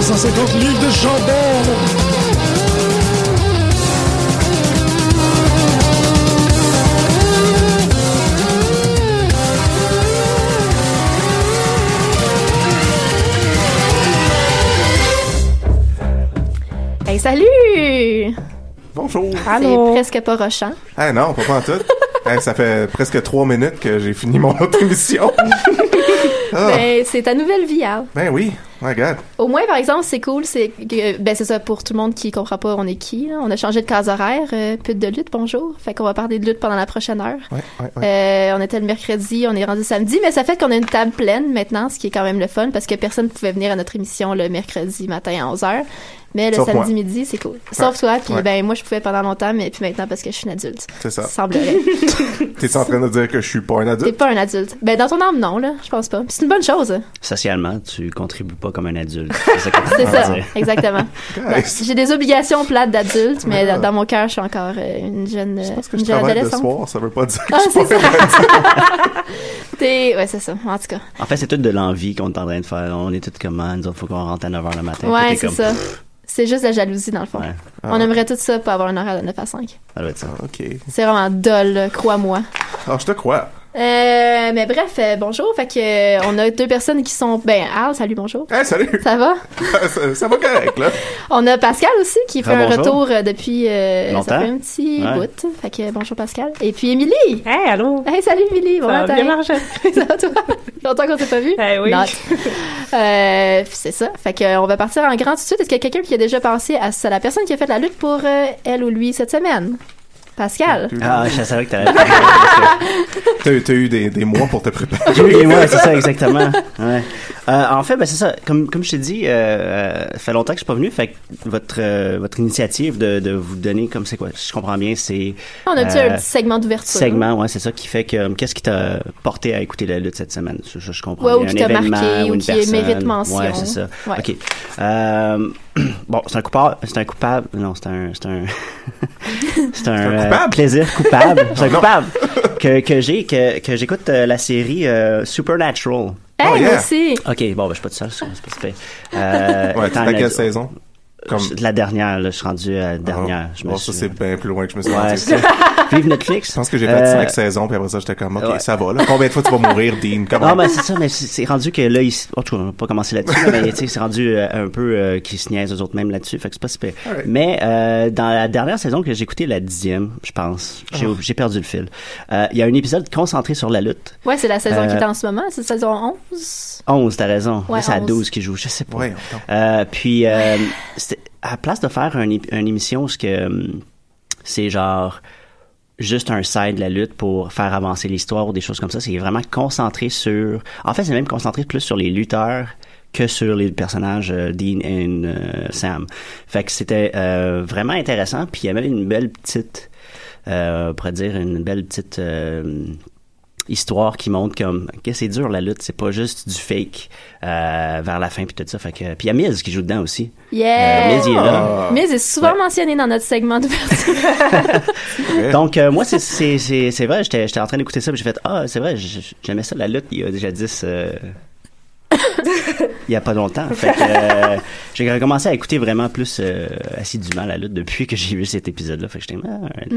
150 livres de chandelle. Hey, salut! Bonjour. C'est Allô? presque pas rochant. Ah non, pas en tout. Eh, ça fait presque trois minutes que j'ai fini mon autre émission. Ah, Ben, c'est ta nouvelle vie, Al. ben oui, my God. Au moins, par exemple, c'est cool, c'est que- ben c'est ça pour tout le monde qui comprend pas on est qui. là. On a changé de case horaire, euh, pute de lutte, bonjour. Fait qu'on va parler de lutte pendant la prochaine heure. Ouais, ouais, ouais. Euh, on était le mercredi, on est rendu samedi, mais ça fait qu'on a une table pleine maintenant, ce qui est quand même le fun parce que personne ne pouvait venir à notre émission le mercredi matin à 11h. Mais le Sauf samedi moi. midi, c'est cool. Sauf toi, puis Ouais. ben moi je pouvais pendant longtemps, mais puis maintenant parce que je suis une adulte. C'est ça. Semblerait. T'es en train de dire que je suis pas un T'es adulte? pas un adulte. Ben dans ton âme, non, là, je pense pas. Puis C'est une bonne chose. hein. Socialement, tu contribues pas comme un adulte. C'est ça qu'on C'est veut ça, dire. exactement. Ben, Guys, J'ai des obligations plates d'adulte, mais dans- dans mon cœur, je suis encore euh, une jeune, je pense que une je jeune travaille le adolescente. soir, ça veut pas dire que Ah, je suis c'est pas un ça. adulte. T'es- Ouais, c'est ça, en tout cas. En fait, c'est toute de l'envie qu'on est en train de faire. On est tous comme, Ah, nous autres, faut qu'on rentre à 9h le matin. Puis Ouais, t'es c'est comme, ça. C'est juste la jalousie, dans le fond. Ouais, Ah On aimerait tout ça pour avoir un horaire de 9 à 5. ça doit être ça. Ok. C'est vraiment dole, là, crois-moi. Alors, je te crois. Euh, mais bref, euh, bonjour. Fait que euh, on a deux personnes qui sont. Ben, Al, salut, bonjour. Hey, Eh, salut! Ça va? ça, ça va correct, là. On a Pascal aussi qui fait un Ah, bonjour. retour euh, depuis. euh, Ça Longtemps. fait un petit Ouais. bout. Fait que euh, bonjour Pascal. Et puis Émilie! Hey, allô? Hey, salut Émilie! Bon Ça a matin! bien marché. ça va toi? Longtemps qu'on s'est pas vu? Eh oui. Not. Euh, puis c'est ça. Fait que, euh, on va partir en grand tout de suite. Est-ce qu'il y a quelqu'un qui a déjà pensé à ça, la personne qui a fait la lutte pour euh, elle ou lui cette semaine? Pascal? Ah, je savais que t'allais. T'as eu- t'as eu des, des mois pour te préparer. J'ai eu des mois, c'est ça, exactement. Ouais. Euh, en fait, ben, c'est ça. Comme, comme je t'ai dit, euh, euh, ça fait longtemps que je suis pas venu. Fait que votre, euh, votre initiative de, de vous donner, comme c'est quoi, si je comprends bien, c'est. On a-tu euh, un petit segment d'ouverture? segment, ouais, c'est ça qui fait que. euh, Qu'est-ce qui t'a porté à écouter la lutte cette semaine Je, je- je comprends. Ouais, ou bien, qui t'a un événement marqué, ou une qui mérite personne. mention. Ouais, c'est ça. Ouais. Ok. Euh, bon, c'est un coupable. C'est un coupable. Non, c'est un. C'est un. c'est un, euh, coupable? plaisir coupable. c'est un non. coupable que, que j'ai que, que j'écoute euh, la série euh, Supernatural. Hey, Oh, yeah. moi aussi! Ok, bon, ben, je suis pas tout seul, c'est pas super. Euh, Ouais, étant t'es à la- quelle saison? Comme. Je- La dernière, là, je suis rendu à la dernière. Ah, je me bon, suis- euh, ça, c'est bien plus loin que je me suis Ouais, rendu. c'est ça. Vive Netflix. Je pense que j'ai fait Euh, cinq saisons, puis après ça, j'étais comme, OK, ouais. ça va, là. Combien de fois tu vas mourir, Dean? Comment? Non, mais c'est ça, mais c'est c'est rendu que là, ils, s- en tout cas, on va pas commencer là-dessus, mais tu sais, c'est rendu euh, un peu euh, qu'ils se niaisent eux autres même là-dessus, fait que c'est pas super. Alright. Mais euh, dans la dernière saison que j'ai écouté, la dixième, je pense, j'ai j'ai perdu le fil. Euh, Il y a un épisode concentré sur la lutte. Ouais, c'est la saison Euh, qui est en ce moment, c'est saison 11. 11, t'as raison. Ouais, là, c'est à 11. 12 qui joue, je sais pas. Voyons donc. Euh, puis, euh, c'était- à place de faire un ép- une émission où ce que, hum, c'est genre juste un side de la lutte pour faire avancer l'histoire ou des choses comme ça, c'est vraiment concentré sur... En fait, c'est même concentré plus sur les lutteurs que sur les personnages euh, Dean et euh, Sam. Fait que c'était euh, vraiment intéressant, puis il y avait une belle petite... Euh, on pourrait dire une belle petite... euh, histoire qui montre comme que c'est dur la lutte, c'est pas juste du fake euh, vers la fin puis tout ça. Fait que puis il y a Miz qui joue dedans aussi. Yeah! Euh, Miz, il est là. Miz est souvent mentionné dans notre segment d'ouverture. Donc euh, moi c'est c'est c'est c'est vrai, j'étais j'étais en train d'écouter ça, puis j'ai fait ah c'est vrai, j- j'aimais ça la lutte il y a déjà 10 euh, il y a pas longtemps. Fait que euh, j'ai recommencé à écouter vraiment plus euh, assidûment la lutte depuis que j'ai vu cet épisode là. Fait que j'étais ah, let's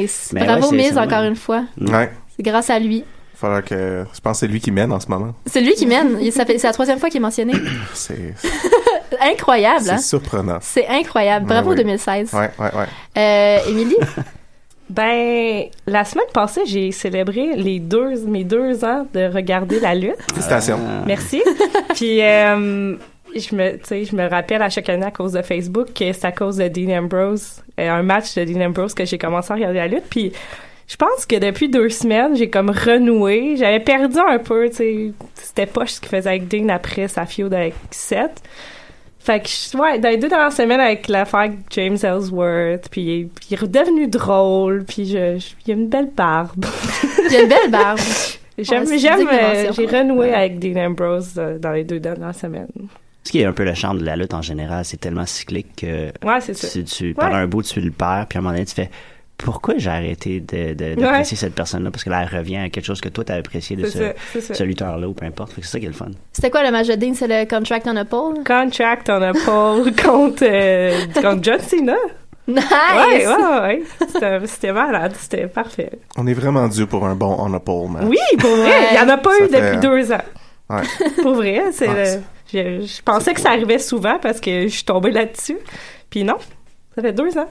nice. Mais Bravo ouais, c'est- Miz c'est encore vrai. une fois. Ouais. C'est grâce à lui. Faudra que. Je pense que c'est lui qui mène en ce moment. C'est lui qui mène. Il- ça fait- C'est la troisième fois qu'il est mentionné. C'est Ah, Incroyable, hein? c'est surprenant. C'est incroyable. Ben Bravo Ouais, oui. 2016. Ouais, ouais, ouais. Euh, Émilie? Ben, la semaine passée, j'ai célébré les deux, mes deux ans de regarder la lutte. Félicitations. Euh. Merci. Puis, euh, je me, tu sais, je me rappelle à chaque année à cause de Facebook que c'est à cause de Dean Ambrose, euh, un match de Dean Ambrose que j'ai commencé à regarder la lutte. Puis, je pense que depuis deux semaines, j'ai comme renoué. J'avais perdu un peu, tu sais, c'était pas ce qu'il faisait avec Dean après sa feud avec Seth. Fait que, je- ouais, dans les deux dernières semaines avec l'affaire avec James Ellsworth, puis il est- puis il est redevenu drôle, puis je, je- il a une belle barbe. Il a une belle barbe. J'aime, Ouais, c'est j'aime, physique, euh, mais mention. j'ai renoué avec Dean Ambrose euh, dans les deux dernières semaines. Ce qui est un peu le charme de la lutte en général, c'est tellement cyclique que Ouais, c'est ça. tu, tu pendant un bout tu le perds puis à un moment donné tu fais pourquoi j'ai arrêté de- de- d'apprécier cette personne-là? Parce que là, elle revient à quelque chose que toi, t'as apprécié de C'est ça, ce, c'est ça. ce lutteur-là ou peu importe. Fait que C'est ça qui est le fun. C'était quoi le match de Dean? C'est le contract on a pole? Contract on a Paul contre, euh, contre John Cena. Nice! Ouais, ouais, ouais. C'était- C'était malade, c'était parfait. On est vraiment dû pour un bon on a pole match. Oui, pour vrai, Ouais. il n'y en a pas Ça eu fait- depuis deux ans. Ouais. Pour vrai, c'est Ah, le- c'est- je, je pensais que ça arrivait souvent parce que je suis tombée là-dessus. Puis non, ça fait deux ans.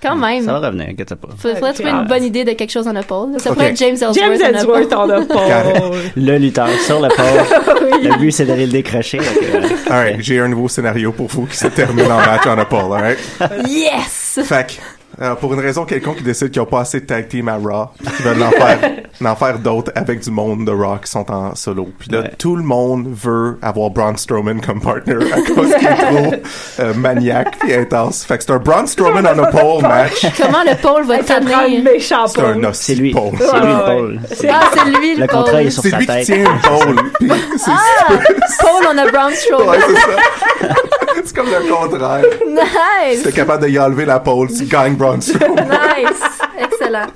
Quand même. Ça va revenir, inquiète pas. Faut- Faudrait trouver Ah. une bonne idée de quelque chose en a pole. Ça Ok. pourrait être James Ellsworth. James on a Ellsworth, pole. on a pas. Carré. Le lutteur sur le port. Le but, c'est d'aller le décrocher. Donc, euh, All right, j'ai un nouveau scénario pour vous qui se termine en match on a pole, all right? Yes! Fait que, euh, pour une raison quelconque, ils décident qu'ils ont pas assez de tag team à Raw, puis qu'ils veulent en faire, en faire d'autres avec du monde de Raw qui sont en solo. Puis là, Ouais. tout le monde veut avoir Braun Strowman comme partner à cause qu'il est trop euh, maniaque puis intense. Fait que c'est un Braun Strowman on a pole match. Comment le pole va Ça prend le être méchant C'est un Paul. c'est hostie lui. de pole. C'est lui le Ouais, pôle. Ah, c'est lui le, Le pole. contrat est sur C'est sa lui qui tête. Ah! tient une pole. Puis c'est Pole, on a Brown Strowman. ouais, c'est ça. C'est comme le contraire. Si Nice! t'es capable de y enlever la pole, tu gagnes Braun Strowman. Nice! Excellent.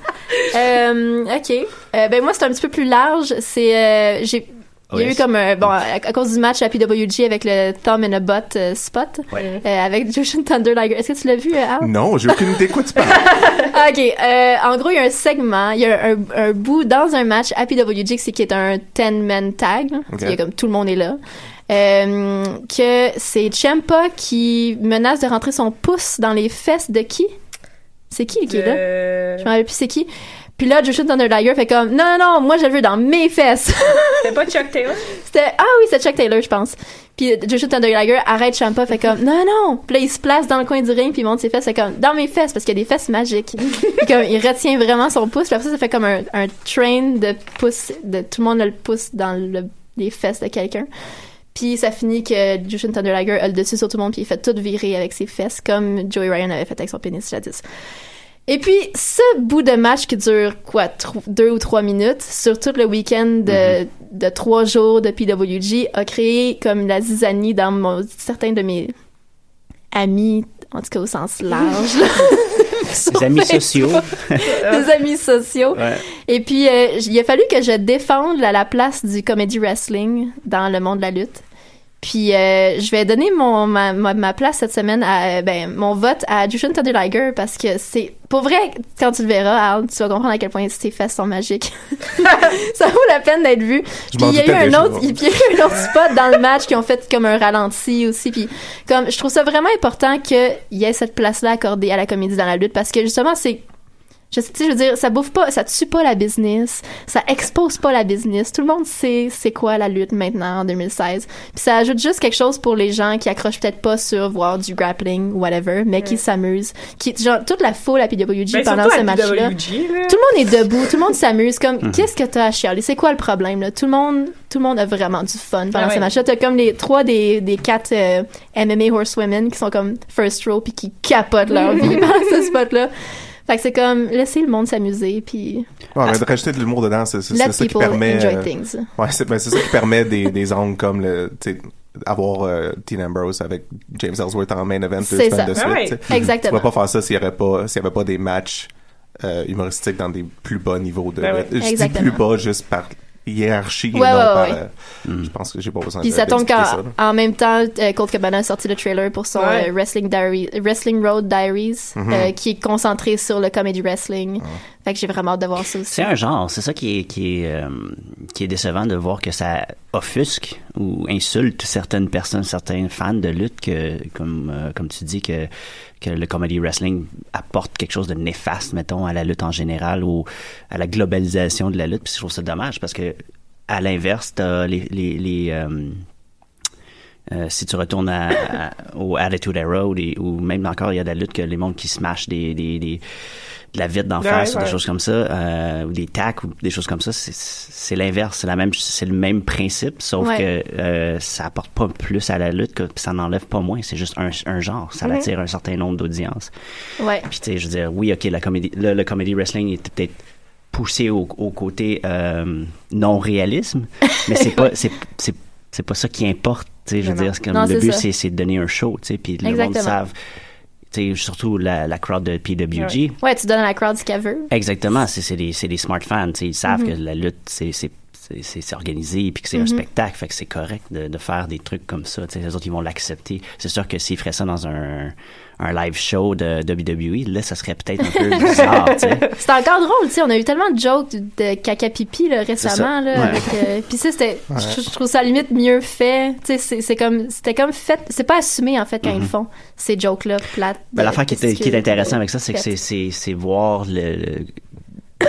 Euh, OK. Euh, ben moi, c'est un petit peu plus large. C'est... euh, j'ai... Il y a Oui. eu comme un, bon à, à cause du match à PWG avec le Tom and a Bot euh, spot Ouais. euh, avec Jushin Thunder Liger. Est-ce que tu l'as vu, euh, Al? Non, j'ai aucune idée de quoi tu parles. OK. euh, en gros, il y a un segment, il y a un, un bout dans un match à PWG c'est- qui est un 10-man tag. là. OK. Il y a comme tout le monde est là. Euh, que c'est Ciampa qui menace de rentrer son pouce dans les fesses de qui? C'est qui qui est là? Euh, Je me rappelle plus c'est qui. Puis là, Jushin Thunder Liger fait comme « Non, non, non, moi je le veux dans mes fesses! C'était pas Chuck Taylor? » C'était « Ah oui, c'est Chuck Taylor, je pense. » Puis Jushin Thunder Liger arrête Ciampa, fait comme « Non, non! » Puis là, il se place dans le coin du ring, puis il monte ses fesses, c'est comme « Dans mes fesses, parce qu'il y a des fesses magiques. » Puis comme, il retient vraiment son pouce, puis après ça, ça fait comme un, un train de pouce, de tout le monde le pousse dans le- les fesses de quelqu'un. Puis ça finit que Jushin Thunder Liger a le dessus sur tout le monde, puis il fait tout virer avec ses fesses, comme Joey Ryan avait fait avec son pénis jadis. Et puis, ce bout de match qui dure, quoi, tro- deux ou trois minutes, sur tout le week-end de, de trois jours de PWG, a créé comme la zizanie dans mon- certains de mes amis, en tout cas au sens large. là. Sur Les amis Facebook sociaux. des amis sociaux. Ouais. Et puis, euh, j- il a fallu que je défende la, la place du comedy wrestling dans le monde de la lutte. Puis, euh, je vais donner mon, ma, ma, ma place cette semaine à, euh, ben, mon vote à Jushin Thunder Liger parce que c'est, pour vrai, quand tu le verras, Al, tu vas comprendre à quel point ses fesses sont magiques. Ça vaut la peine d'être vu. Je Puis m'en il y a eu doutais un déjà. autre, puis il y a eu un autre spot dans le match qui ont fait comme un ralenti aussi. Puis comme je trouve ça vraiment important qu'il y ait cette place-là accordée à la comédie dans la lutte parce que justement c'est je sais, tu sais, je veux dire, ça bouffe pas, ça tue pas la business, ça expose pas la business. Tout le monde sait c'est quoi la lutte maintenant en 2016. Puis ça ajoute juste quelque chose pour les gens qui accrochent peut-être pas sur voir du grappling, whatever, mais qui s'amusent, qui genre toute la foule à PWG Ben, pendant surtout à ce match-là. PWG, là. Tout le monde est debout, tout le monde s'amuse. Comme, Mhm. qu'est-ce que t'as à chialer? C'est quoi le problème, là? Tout le monde, tout le monde a vraiment du fun pendant Ah ouais. ce match-là. T'as comme les trois des, des quatre euh, MMA horsewomen qui sont comme first row puis qui capotent leur vie pendant ce spot-là. Fait que c'est comme, laissez le monde s'amuser puis Ouais, mais de rajouter de l'humour dedans, c'est c'est- let c'est ça qui people permet... enjoy euh, things. Ouais, c'est ben, c'est ça qui permet des, des angles comme le, tu sais, avoir euh, Dean Ambrose avec James Ellsworth en main event deux C'est semaines ça. de Ah ouais. suite. tu sais. Tu Exactement. pourrais pas faire ça s'il y aurait pas, s'il y avait pas des matchs euh, humoristiques dans des plus bas niveaux de. Ben ouais. Je Exactement. dis plus bas juste par hiérarchie et Ouais, non ouais, par. ouais. euh, Je pense que j'ai pas besoin Puis de- ça tombe d'expliquer quand, ça, là. en même temps, euh, Colt Cabana a sorti le trailer pour son Ouais. euh, Wrestling Diary, Wrestling Road Diaries, Mhm. euh, qui est concentré sur le comedy wrestling. Ah. Fait que j'ai vraiment hâte de voir ça aussi. C'est un genre, c'est ça qui est, qui, est, euh, qui est décevant de voir que ça offusque ou insulte certaines personnes, certains fans de lutte, que, comme, euh, comme tu dis, que, que le comedy wrestling apporte quelque chose de néfaste, mettons, à la lutte en général ou à la globalisation de la lutte. Puis je trouve ça dommage parce que, à l'inverse, t'as les. les, les, euh, euh, si tu retournes à, à- au Attitude Era ou, des- ou même encore il y a de la lutte que les mondes qui se mâchent des, des, des- de la vitre d'en Ouais, face ou des ouais. choses comme ça euh, ou des tacs ou des choses comme ça c'est- c'est l'inverse c'est la même c'est le même principe sauf Ouais. que euh, ça apporte pas plus à la lutte que puis ça n'enlève pas moins c'est juste un, un genre Mm-hmm. ça attire un certain nombre d'audiences Ouais. puis tu sais, je veux dire, oui, ok, la comédie, le, le comedy wrestling est peut-être poussé au, au côté euh, non réalisme, mais c'est pas c'est c'est c'est pas ça qui importe. Tu sais, je veux Non, non. dire, c'est comme Non, le c'est but ça. c'est c'est de donner un show, tu sais, puis le monde Exactement. savent. tu sais, surtout la, la crowd de PWG. Ouais. Ouais, tu donnes à la crowd ce qu'elle veut. Exactement, c'est c'est des, c'est des smart fans. tu sais, Ils Mhm. savent que la lutte, c'est- c'est c'est- c'est- c'est organisé puis que c'est un spectacle. Fait que c'est correct de, de faire des trucs comme ça. tu sais, Les autres, ils vont l'accepter. C'est sûr que s'ils feraient ça dans un, un live show de WWE, là, ça serait peut-être un peu bizarre. tu sais. C'est encore drôle, tu sais, on a eu tellement de jokes de caca pipi là, récemment C'est ça. là. Ouais. avec, euh, Puis ça, c'était, je, je trouve ça à la limite mieux fait. Tu sais, c'est, c'est comme, c'était comme fait, c'est pas assumé en fait quand ils le font ces jokes là plates. Mm-hmm. Ben, de- L'affaire qui, de ce était- qui est que- intéressante avec ça, c'est que c'est- c'est c'est voir le, le-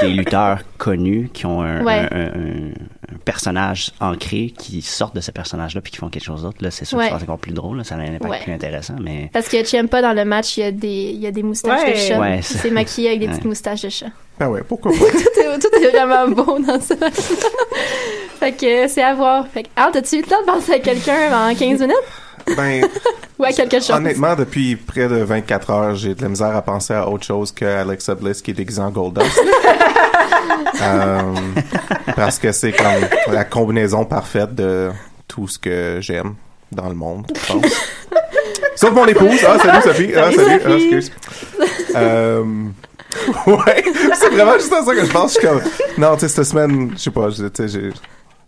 des lutteurs connus qui ont un, Ouais. un- un- un personnage ancré qui sortent de ce personnage-là puis qui font quelque chose d'autre. Là, c'est sûr Ouais. que c'est encore plus drôle. là, ça a un impact Ouais. plus intéressant, mais Parce que Ciampa dans le match, il y a des, il y a des moustaches Ouais. de chat. Ouais, il ça- s'est maquillé avec des petites Ouais. moustaches de chat. Ben ouais, pourquoi pas? tout, est, tout est vraiment beau dans ça. fait que euh, c'est à voir. Fait que, Al, t'as-tu eu le temps de penser à quelqu'un en 15 minutes Ben, ou à quelque chose? honnêtement, depuis près de 24 heures, j'ai de la misère à penser à autre chose que Alexa Bliss qui est déguisée en Goldust. Euh, parce que c'est comme la combinaison parfaite de tout ce que j'aime dans le monde, je pense. Sauf mon épouse. Ah, salut Sophie. Ah, Salut, salut. Sophie. Ah, excuse. Euh, ouais, c'est vraiment juste à ça que je pense. Je suis comme, non, tu sais, cette semaine, je sais pas, je- tu sais, j'ai-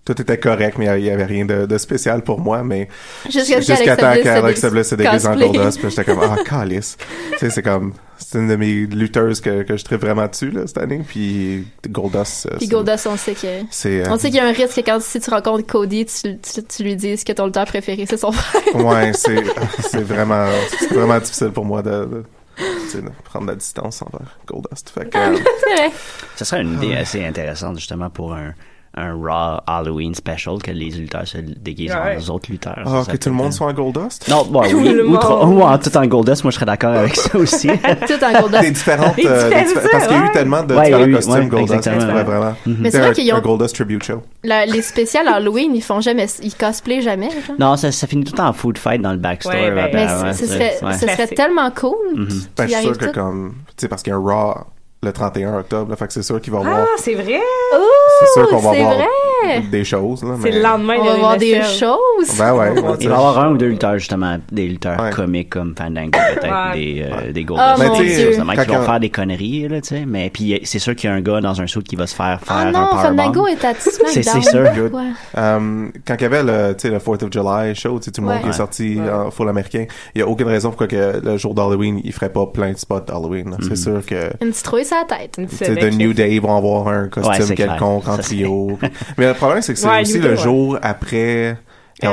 tout était correct, mais il y avait rien de, de spécial pour moi, mais Jusqu'à ce jusqu'à temps qu'Alexa Bliss se dé- qu'Alexa Bliss se déguise en cosplay. Goldust, puis j'étais comme, ah, calice. tu sais, c'est comme, c'est une de mes lutteuses que, que je traite vraiment dessus, là, cette année, puis Goldust. euh, Puis c'est- Goldust, on sait que. C'est, euh, On sait qu'il y a un risque que quand si tu rencontres Cody, tu, tu, tu lui dises que ton lutteur préféré, c'est son frère. ouais, c'est, c'est vraiment, c'est vraiment difficile pour moi de, de, tu sais, de prendre la distance envers Goldust. Fait que, euh, C'est vrai. ce serait une idée assez intéressante justement pour un, un Raw Halloween special que les lutteurs se déguisent Ouais. en autres lutteurs. Ah, Ça, ça que tout le peut- monde soit en Goldust? Non, bon, Tout oui, le ou, trop- monde. ou en tout en Goldust, moi je serais d'accord avec ça aussi. Tout en Des Goldust. différentes. Des euh, des différents, diffé- parce qu'il y a eu ouais. tellement de Ouais, différents il y a eu- costumes ouais, Mhm. Goldust. exactement. tu pourrais vraiment. Mais c'est faire vrai qu'ils un ont- Goldust Tribute Show. La- les spéciales Halloween, ils font jamais, ils cosplayent jamais. genre. non, ça, ça finit tout le temps en food fight dans le backstore. Ouais, ben, après, Mais ouais, c- ce ça- serait, ouais. ce serait Classique. tellement cool. Ben, je qu'ils suis sûr arrivent que tout. comme. Tu sais, parce qu'il y a un Raw le 31 octobre, là, fait que c'est sûr qu'il va y avoir. Ah, c'est vrai! Oh. c'est sûr qu'on Ouh, va c'est avoir vrai. des choses, là. C'est mais- le lendemain On de va voir des l'USL. choses. Ben ouais, Il va ouais, tu Il sais. va y avoir un ou deux lutteurs, justement, des lutteurs Ouais. comiques comme Fandango, peut-être, Ouais. des, euh, des Ah, Goldust, mon des Dieu. choses de même, qui Quand vont on- faire des conneries, là, tu sais. Mais puis, euh, c'est sûr qu'il y a un gars dans un saut qui va se faire faire Ah un non, powerbomb. Fandango est à Tisman. C'est- c'est sûr. Good. Ouais. Euh, quand il y avait le, tu sais, le 4th of July show, tu sais, tout le monde Ouais. qui est Ouais. sorti en full américain, il y a aucune raison pourquoi que le jour d'Halloween, il ferait pas plein de spots d'Halloween. là. C'est sûr que Une petite trouille sur la tête. Une tu sais, select, The New Day vont avoir un Ouais, costume c'est clair. quelconque en Ça, c'est- trio. Mais le problème, c'est que c'est Ouais, aussi New le Day, ouais. jour après Hell in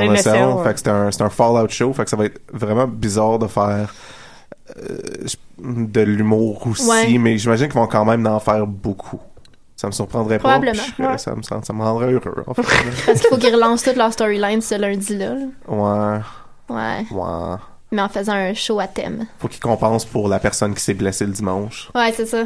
Hell a in a Cell. Cell, ouais. Fait que c'est un, c'est un Fallout show. Fait que ça va être vraiment bizarre de faire euh, je- de l'humour aussi. Ouais. Mais j'imagine qu'ils vont quand même en faire beaucoup. Ça me surprendrait pas. Probablement, puis je serais- ouais. ça, me, sent- ça me rendrait heureux. En fait. Parce qu'il faut qu'ils relancent toute leur storyline ce lundi-là. là. ouais, Ouais. ouais. Mais en faisant un show à thème. Faut qu'ils compensent pour la personne qui s'est blessée le dimanche. Ouais, c'est ça.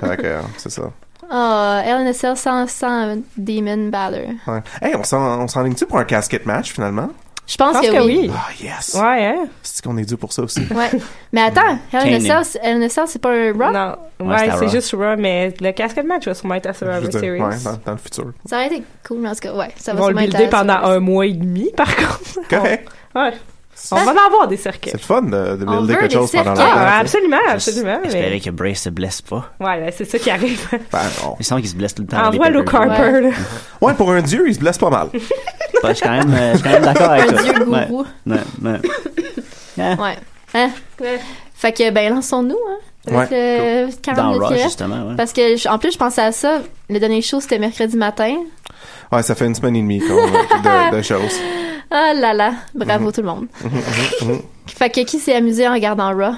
Fait que, euh, c'est ça. Ah, LNSL sans, sans Demon Balor. Ouais. Hey, on s'en- on s'enligne-tu pour un casket match finalement? Je pense, Je pense que, que oui. oui. Ah, yes! Ouais, hein? C'est qu'on est dû pour ça aussi. Ouais. Mais attends, Kane. LNSL, c'est- LNSL, c'est pas un rock? Non. Ouais, c'est Ouais, à c'est Raw. juste Raw, mais le casquette match va sûrement être à Je veux Survivor dire, Series. ouais, dans, dans le futur. Ça aurait été cool, mais en tout cas, ouais. Ça Ils va vont le sûrement être builder à- pendant un mois et demi, par contre. Correct. Ouais. C'est Ah. On va en avoir des circuits. c'est le fun de, de On builder veut quelque des chose pendant circuits. Ah, longtemps. absolument, Juste absolument. Espérer Mais... que Bray se blesse pas. Ouais, ben, c'est ça qui arrive. Ben, on- Il semble qu'il se blesse tout le temps. dans les Envoie le pay-per-views. Carper, là. Ouais, pour un dieu, il se blesse pas mal. Ouais, je suis quand même, euh, je suis quand même d'accord avec Un toi. dieu Ouais, gourou. ouais, ouais. Ouais. Hein? Ouais. Fait que, ben, lançons-nous, hein. Avec le 40 Dans minutes Raw, qui restent. justement, ouais. Parce que, je- en plus, je pensais à ça. Le dernier show, c'était mercredi matin. Ouais, ça fait une semaine et demie qu'on de, de choses. Ah là là. Bravo, Mm-hmm. tout le monde. Fait que, qui s'est amusé en regardant Raw?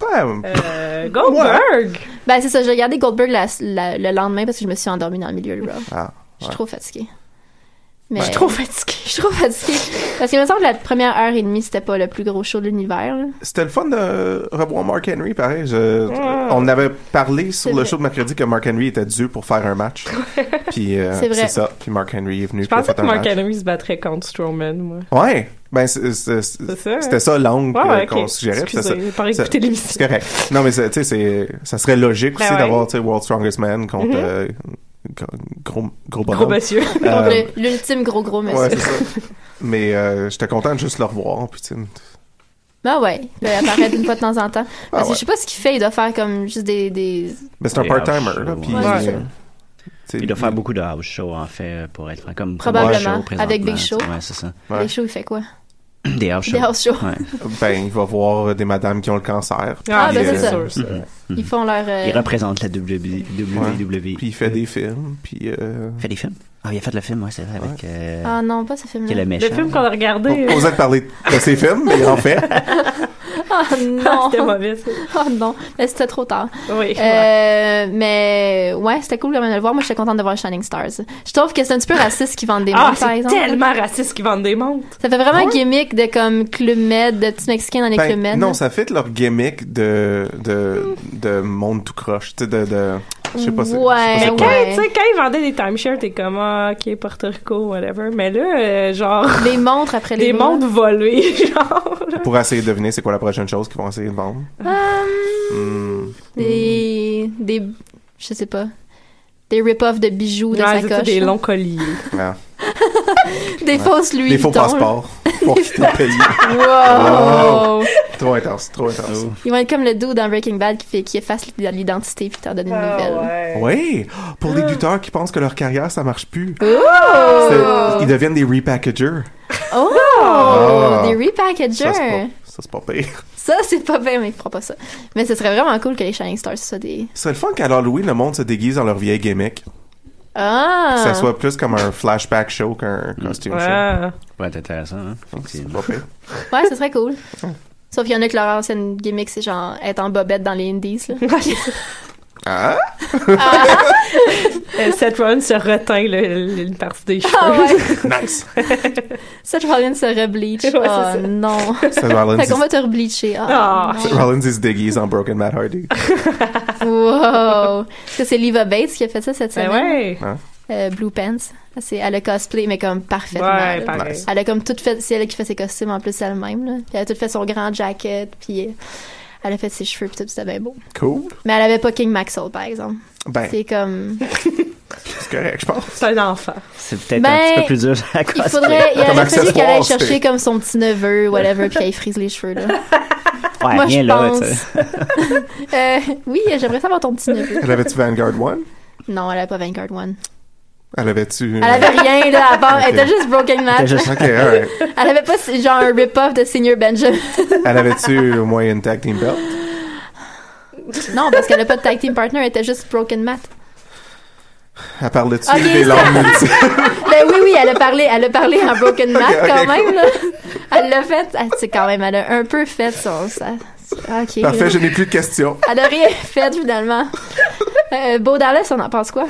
Ben, Euh, Goldberg! Ben, c'est ça. J'ai regardé Goldberg la- la- le lendemain parce que je me suis endormie dans le milieu de Raw. ah, Je Ouais. suis trop fatiguée. Mais... Ben, Je suis trop fatiguée. Je suis trop fatiguée. Parce qu'il me semble que la première heure et demie, c'était pas le plus gros show de l'univers. là. C'était le fun de revoir Mark Henry, pareil. Je- Ah. On avait parlé C'est sur le vrai. show de mercredi que Mark Henry était dû pour faire un match. Puis euh, C'est vrai. c'est ça. Puis Mark Henry est venu. Je puis il a pensais fait que un Mark match. Henry se battrait contre Strowman, moi. Ouais. Ben, c'est- c'est- c'est- C'est ça, hein? c'était ça l'angle Ouais, ouais, qu'on ok. suggérait. puis c'était ça. Excusez, par Ça- écouter C'est l'émission. correct. Non, mais c'est- tu sais, c'est- ça serait logique Ben aussi ouais. d'avoir, tu sais, World's Strongest Man contre Mhm. euh, gros, gros, gros bonhomme. Gros monsieur. Euh, Contre le- l'ultime gros gros monsieur. ouais, c'est ça. mais euh, j'étais content de juste le revoir. Puis, tu sais, Ah ouais, il peut apparaître une fois de temps en temps. Parce que ouais. je sais pas ce qu'il fait, il doit faire comme juste des. des... Mais c'est un Des part-timer, house là. shows, Puis, ouais. Ouais. euh, t'sais, Il doit faire beaucoup de house show, en fait, pour être franc. Comme Probablement, comme house show, avec Big présentement, Show. Ouais, c'est ça. Ouais. Les shows, il fait quoi? Des house shows. Des house shows. Ouais. Ben, il va voir des madames qui ont le cancer. Ah, puis, ben, c'est euh, ça. sûr. Ils font leur. euh, Il représente la WWE. Puis il fait des films, puis... euh, Il fait des films. Ah, il a fait le film, ouais, c'est vrai, avec... euh, Ah non, pas ce qui est le film-là. méchant. Le film qu'on a regardé, On osait te parler de ses films, mais il en fait. Ah non! c'était mauvais. ça. Ah non! Mais c'était trop tard. Oui. Euh, mais ouais, c'était cool quand même de le voir. Moi, j'étais contente de voir Shining Stars. Je trouve que c'est un petit peu raciste qu'ils vendent des Ah, montres, par c'est exemple. tellement raciste qu'ils vendent des montres. Ça fait vraiment gimmick de comme Club Med, de petits Mexicains dans les Ben, Club Med. non, ça fait leur gimmick de, de, de monde tout croche. Tu sais, de... de je sais pas c'est- je sais pas Ouais, c'est Mais quoi. quand, Ben ouais. tu sais, quand ils vendaient des timeshares, t'es comme, ah, ok, Puerto Rico, whatever. Mais là, euh, genre, Des montres après les des lois. montres volées, genre. Pour essayer de deviner c'est quoi la prochaine chose qu'ils vont essayer de vendre. Hum, Hmm. des, des, je sais pas, des rip-off de bijoux de Ouais, sacoche. c'était des longs colliers. Ah. Des fausses Louis Des faux Vuitton. passeports pour quitter le pays. Wow. Oh. Trop intense, trop intense. Ils vont être comme le dude dans Breaking Bad qui fait qui efface l'identité puis t'en donne une Ah, nouvelle. Oui, pour Oh. les lutteurs qui pensent que leur carrière, ça marche plus. C'est- Oh! Ils deviennent des repackagers. Oh! Ah. Des Ça, c'est repackagers! pas- ça, c'est pas pire. Ça, c'est pas bien, mais ils feront pas ça. Mais ce serait vraiment cool que les Shining Stars soient des. Ce serait le fun qu'à Halloween, le monde se déguise dans leur vieille gimmick. Ah! Que ça soit plus comme un flashback show qu'un costume show. Ouais. pourrait être intéressant, hein, C'est effectivement. pas pire. Ouais, ce serait cool. Sauf qu'il y en a que leur ancienne gimmick, c'est genre être en bobette dans les indies. Là. Ah? Euh, Seth Rollins se retint le- le- une partie des cheveux. Ben ah ouais! Nice! Seth Rollins se rebleach. Ouais, c'est oh ça. non! Seth Rollins, Fait qu'on il- va te rebleacher. Ah, Ah. Seth Rollins, il se déguise en Broken Matt Hardy. non. Wow! Parce que c'est Liva Bates qui a fait ça cette Ben semaine. ouais. Euh, Blue Pants. C'est, elle a cosplay, mais comme parfaitement. Ouais, là. pareil. Nice. Elle a comme tout fait, c'est elle qui fait ses costumes en plus elle-même. Là. Puis elle a tout fait son grand jacket, puis euh, elle a fait ses cheveux, puis tout, c'était bien beau. Cool. Mais elle avait pas King Maxwell, par exemple. Ben, C'est comme. c'est correct, je pense. C'est un enfant. C'est peut-être un Ben, petit peu plus dur à Il cause. faudrait. Il Comme aurait fallu qu'elle aille accessoire, c'est- chercher comme son petit neveu, whatever, puis qu'elle frise les cheveux, là. Ouais, Moi, rien je là, pense. tu sais. Euh, oui, j'aimerais savoir ton petit neveu. Elle avait-tu Vanguard One? Non, elle avait pas Vanguard One. Elle avait-tu... euh, Elle avait rien, là, à part. Elle Ok. était juste Broken T'as Matt. juste- Ok, alright. Elle avait pas, genre, un rip-off de Senior Benjamin. Elle avait-tu au moins une tag team belt? Non, parce qu'elle a pas de tag team partner, elle était juste Broken Matt. Elle parlait-tu Ok, des ça- langues multi- Ben oui, oui, elle a parlé, elle a parlé en Broken Matt Ok, ok, quand cool. même, là. Elle l'a fait, ah, tu sais, quand même, elle a un peu fait son, ça. Ok. là. Parfait, je n'ai plus de questions. Elle a rien fait, finalement. Euh, Beau Dallas, on en pense quoi?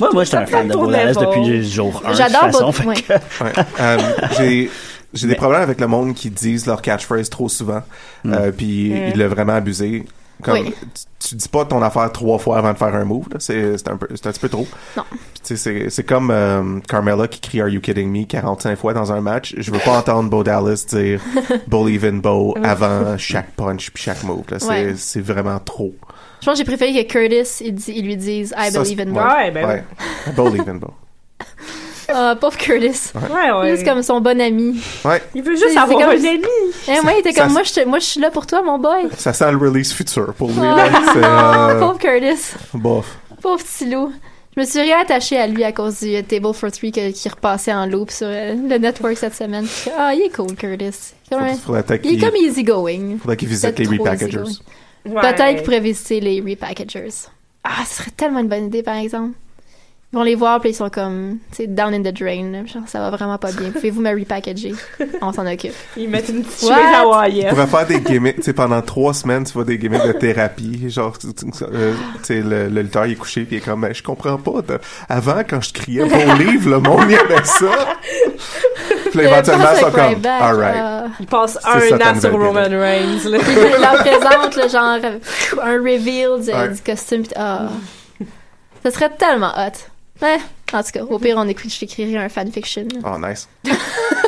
Moi, moi, j'étais un fan de tourne Borderlands pas. depuis le jour 1. J'adore de toute Beau- façon, fait ouais. que- Ouais. Euh, j'ai j'ai des problèmes avec le monde qui disent leur catchphrase trop souvent, euh, puis il l'a vraiment abusé. Comme, Oui. tu, tu dis pas ton affaire trois fois avant de faire un move, là. c'est c'est un, peu- c'est un petit peu trop. Non. Puis, tu sais, C'est c'est comme euh, Carmella qui crie Are you kidding me 45 fois dans un match. Je veux pas entendre Bo Dallas dire Believe in Bo avant chaque punch puis chaque move. là. C'est Ouais. c'est vraiment trop. Je pense que j'ai préféré que Curtis, il, dit- il lui dise I Ça, believe in c'est- God. Ouais, ben ouais. Believe in Bo. Ah, pauvre Curtis. Ouais, ouais. Juste comme son bon ami. Ouais, Il veut C'est- juste c'est avoir comme- un ennemi. Eh ouais, il était ça- Euh. comme moi, je, te- moi, je suis là pour toi, mon boy. ça sent le release futur pour lui. Oh, là. C'est, euh, pauvre Curtis. bof. Pauvre petit loup. Je me suis réattachée à lui à cause du euh, Table for Three que- qui repassait en loop sur euh, le network cette semaine. Ah, il est cool, Curtis. Comme un- Faudrait peut-être Il est qu'il- comme easygoing. faudrait qu'ils visitent les peut-être trop repackagers. easygoing. Ouais. Peut-être qu'ils pourraient visiter les repackagers. Ah, ce serait tellement une bonne idée, par exemple. Ils vont les voir, puis ils sont comme, tu sais, down in the drain. là. Genre, ça va vraiment pas bien. Pouvez-vous me repackager? On s'en occupe. Ils mettent une petite What? chemise On hawaïenne. pourrait faire des gimmicks, tu sais, pendant trois semaines, tu vois des gimmicks de thérapie, genre, tu tu- euh, tu sais, le, le lutteur, il est couché, puis il est comme, Ben, je comprends pas, t'as- avant, quand je criais bon livre, le monde, il aimait ça. Puis là, éventuellement, ils sont comme, alright. Ils passent C'est un ça, an sur Tom Roman Reigns. là. ah. Ils leur présentent, là, genre, euh, un reveal du, Ouais. du costume. pis- Ah. Ça serait tellement hot. Mais, en tout cas, au pire, on écrit, je t'écrirai un fanfiction. là. Oh, nice.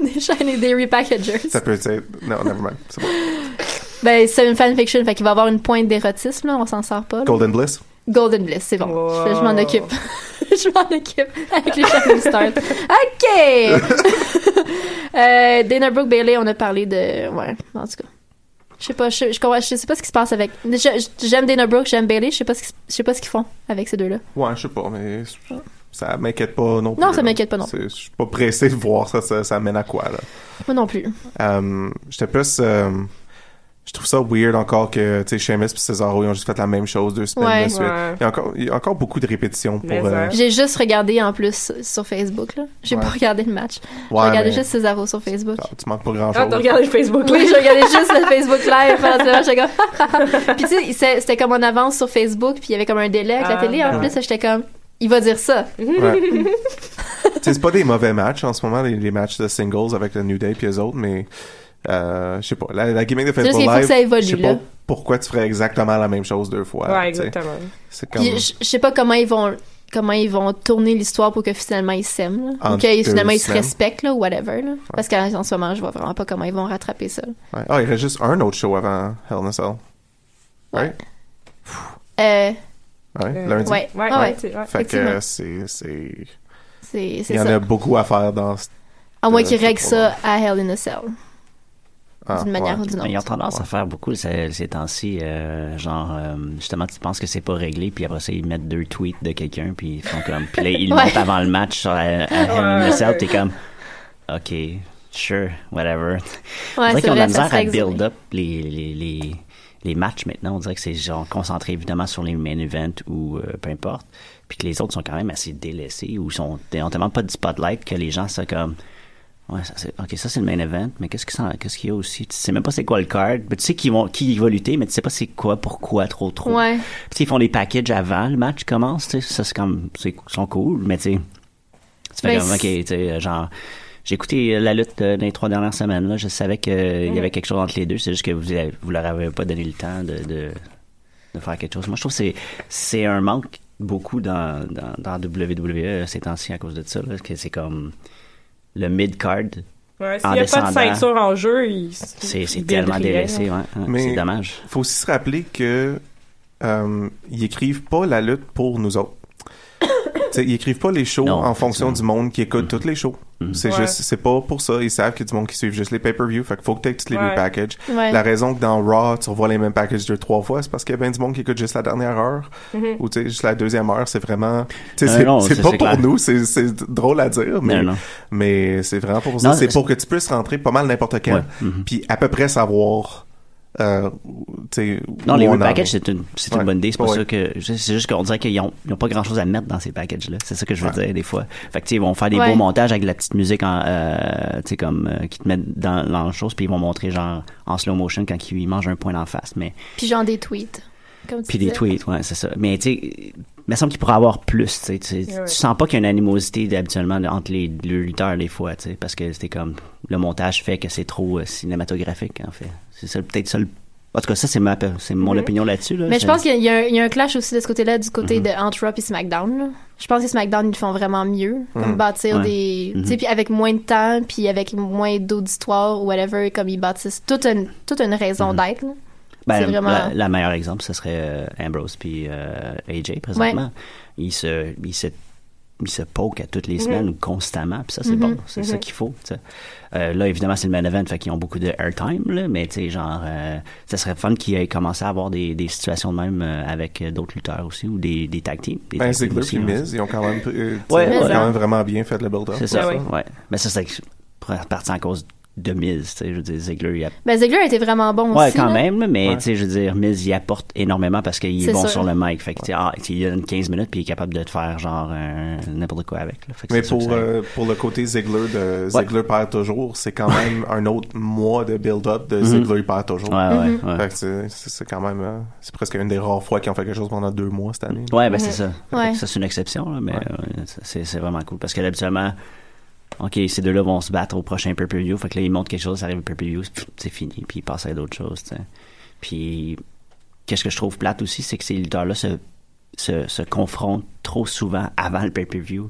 Des Shiny Day Repackagers. Ça peut être, non, nevermind, c'est bon. Ben, c'est une fanfiction, fait qu'il va avoir une pointe d'érotisme, là, on s'en sort pas. là. Golden Bliss. Golden Bliss, c'est bon. Wow. Je, je m'en occupe. je m'en occupe avec les Shining Stars. OK! Euh, Dana Brooke Bailey, on a parlé de. Ouais, en tout cas. Je sais pas, je, je, comprends- je sais pas ce qui se passe avec. je- je- J'aime Dana Brooke, j'aime Bailey, je sais pas ce qui- je sais pas ce qu'ils font avec ces deux-là. Ouais, je sais pas, mais ça m'inquiète pas non plus. Non, ça là. m'inquiète pas non C'est- Je suis pas pressé de voir ça, ça, ça mène à quoi, là. Moi non plus. Euh, J'étais plus... euh, je trouve ça weird encore que, tu sais, Sheamus et Cesaro, ils ont juste fait la même chose deux semaines Ouais. de suite. Ouais. Il, y a encore, il y a encore beaucoup de répétitions pour... Mais euh, hein. J'ai juste regardé en plus sur Facebook, là. J'ai Ouais. pas regardé le match. ouais, j'ai regardé mais juste Cesaro sur Facebook. ça- Tu manques pas grand-chose. Ah, t'as regardé le Facebook Oui, Live? je regardais juste le Facebook Live pendant le match, j'étais comme... puis tu sais, c'est- c'était comme en avance sur Facebook, puis il y avait comme un délai avec la Ah, télé. En ouais. plus, j'étais comme, il va dire ça. Ouais. Tu sais, c'est pas des mauvais matchs en ce moment, les, les matchs de singles avec le New Day puis eux autres, mais euh, je sais pas. La, la gimmick de juste Facebook qu'il faut que Live, ça évolue, je sais là. pas pourquoi tu ferais exactement la même chose deux fois. Ouais, tu sais. exactement. C'est comme... Puis je je sais pas comment ils vont comment ils vont tourner l'histoire pour que finalement ils s'aiment, là. En ou que deux finalement ils se semaines. respectent, là, whatever. Là. Parce qu'en en ce moment, je vois vraiment pas comment ils vont rattraper ça. Ouais. Ah, il y a juste un autre show avant Hell in a Cell. Ouais. Euh, Ouais, Euh, lundi. ouais, Ouais, Ah ouais. ouais, c'est- ouais. Fait que effectivement. euh, c'est, c'est... c'est Il c'est y en ça. a beaucoup à faire dans... ce- À moins euh, qu'ils c'est règlent trop ça à Hell in a Cell, Ah, d'une manière ouais. ou d'une Mais Ils ont autre. tendance à faire beaucoup ces, ces temps-ci. euh, genre, euh, justement, tu penses que c'est pas réglé, puis après ça, ils mettent deux tweets de quelqu'un, puis ils font comme. Puis là, ils le Ouais. mettent avant le match sur la- à Hell in a Cell, t'es comme. OK, sure, Ouais, whatever. on dirait c'est qu'ils ont de vrai, la ça misère à serait exilé. build up les, les, les, les matchs maintenant. On dirait que c'est genre concentré évidemment sur les main events ou euh, peu importe. Puis que les autres sont quand même assez délaissés ou sont ils ont tellement pas de spotlight que les gens sont comme. Ouais, ça, c'est, ok, ça c'est le main event, mais qu'est-ce, que ça- qu'est-ce qu'il y a aussi? Tu sais même pas c'est quoi le card, mais tu sais qui, vont, qui va lutter, mais tu sais pas c'est quoi, pourquoi, trop, trop. Ouais. Puis tu sais, ils font des packages avant le match commence, tu sais, ça c'est comme, c'est, ils sont cool, mais tu sais, tu fais Ben, comme, ok, c'est- tu sais, euh, genre, j'ai écouté euh, la lutte euh, dans les trois dernières semaines, là, je savais qu'il y avait quelque chose entre les deux, c'est juste que vous, avez- vous leur avez pas donné le temps de, de, de faire quelque chose. Moi, je trouve que c'est, c'est un manque beaucoup dans, dans, dans WWE euh, ces temps-ci à cause de ça, là, que c'est comme le mid-card, En Ouais, S'il n'y a pas descendant. de ceinture en jeu, il, c'est, c'est il build tellement rien, délaissé, là. ouais, ouais, Mais- c'est dommage. faut aussi se rappeler que euh, ils écrivent pas la lutte pour nous autres. T'sais, ils écrivent pas les shows Non, en fonction du monde qui écoute toutes les shows. C'est Ouais. juste, c'est pas pour ça. Ils savent qu'il y a du monde qui suit juste les pay-per-view. Fait qu'il faut que tu tous les Ouais. repackages. Ouais. La raison que dans Raw, tu revois les mêmes packages deux, trois fois, c'est parce qu'il y a bien du monde qui écoute juste la dernière heure. Ou tu sais, juste la deuxième heure. C'est vraiment, tu sais, Non, c'est- non, c'est ça, pas c'est pour clair. nous. C'est, c'est drôle à dire, mais, Non, non. mais c'est vraiment pas pour ça. Non, C'est c'est- pour que tu puisses rentrer pas mal n'importe quand. Ouais. Mhm. Puis à peu près savoir, euh, tu sais, Non, où les on en est. repackages, c'est une, c'est une Ouais. bonne idée. C'est pas Ouais. ça que. C'est c'est juste qu'on dirait qu'ils n'ont pas grand chose à mettre dans ces packages-là. C'est ça que je veux dire, des fois. Fait que, tu sais, ils vont faire des Ouais. beaux montages avec de la petite musique, en, euh, tu sais, comme. euh, qui te mettent dans, dans la chose, puis ils vont montrer, genre, en slow motion quand ils mangent un point d'en face. Mais. Puis genre des tweets. Comme tu Puis des disais. tweets, ouais, c'est ça. Mais, tu sais. Il me semble qu'il pourrait avoir plus, tu sais. Tu sais. Ouais, ouais. Tu sens pas qu'il y a une animosité habituellement entre les deux lutteurs, des fois, tu sais. Parce que c'était comme. Le montage fait que c'est trop euh, cinématographique, en fait. C'est ça, peut-être ça le. En tout cas, ça, c'est ma, c'est mon opinion là-dessus, là. Mhm. Mais je Ça- Mm-hmm. pense qu'il y a- il y, a un- il y a un clash aussi de ce côté-là, du côté de entre Raw et SmackDown. là. Je pense que SmackDown, ils le font vraiment mieux. Comme bâtir Ouais. Mm-hmm. des. Tu sais, puis avec moins de temps, puis avec moins d'auditoire, ou whatever, comme ils bâtissent toute une, toute une raison d'être. là. Ben, C'est vraiment- la, la meilleure exemple, ce serait euh, Ambrose puis euh, AJ présentement. Ils se, ils se, ils se poquent à Mm-hmm. toutes les semaines ou constamment, puis ça c'est bon, c'est ça qu'il faut. tu sais. Euh, là évidemment c'est le main event, fait qu'ils ont beaucoup de airtime là, mais tu sais genre, euh, ça serait fun qu'ils aient commencé à avoir des, des situations de même euh, avec euh, d'autres lutteurs aussi ou des, des tag teams. des Ben, tag teams Ziggler aussi, puis hein. Miz, hein. ils ont quand même, euh, t'sais, Ouais, ils ont ouais. quand même vraiment bien fait le build-up. C'est Ah ça, Ouais, ouais. Mais ça c'est parti en cause de Miz, tu sais, je veux dire Ziggler il a Ben, Ziggler était vraiment bon Ouais, aussi. quand là. même, là, mais Ouais. tu sais, je veux dire, Miz y apporte énormément parce qu'il C'est est bon sûr. sur le mic. Fait que, tu sais, ah, tu sais, il donne 15 minutes puis il est capable de te faire genre un- n'importe quoi avec. là. Fait que Mais c'est sûr pour, que ça- euh, pour le côté Ziggler de Ziggler perd toujours, c'est quand même un autre mois de build-up de Ziggler perd toujours. Mm-hmm. Ouais, ouais, Mm-hmm. ouais. Fait que c'est- c'est c'est quand même, euh, c'est presque une des rares fois qu'ils ont fait quelque chose pendant deux mois cette année. Ouais, ben c'est ça. Fait que Mhm. Ouais. Ça, c'est une exception, là, mais euh, ça, c'est c'est vraiment cool parce que là, habituellement, OK, ces deux-là vont se battre au prochain pay-per-view. Fait que là, ils montrent quelque chose, ça arrive au pay-per-view, pff, c'est fini, puis ils passent à d'autres choses, tu sais. Puis, qu'est-ce que je trouve plate aussi, c'est que ces lutteurs-là se, se, se confrontent trop souvent avant le pay-per-view.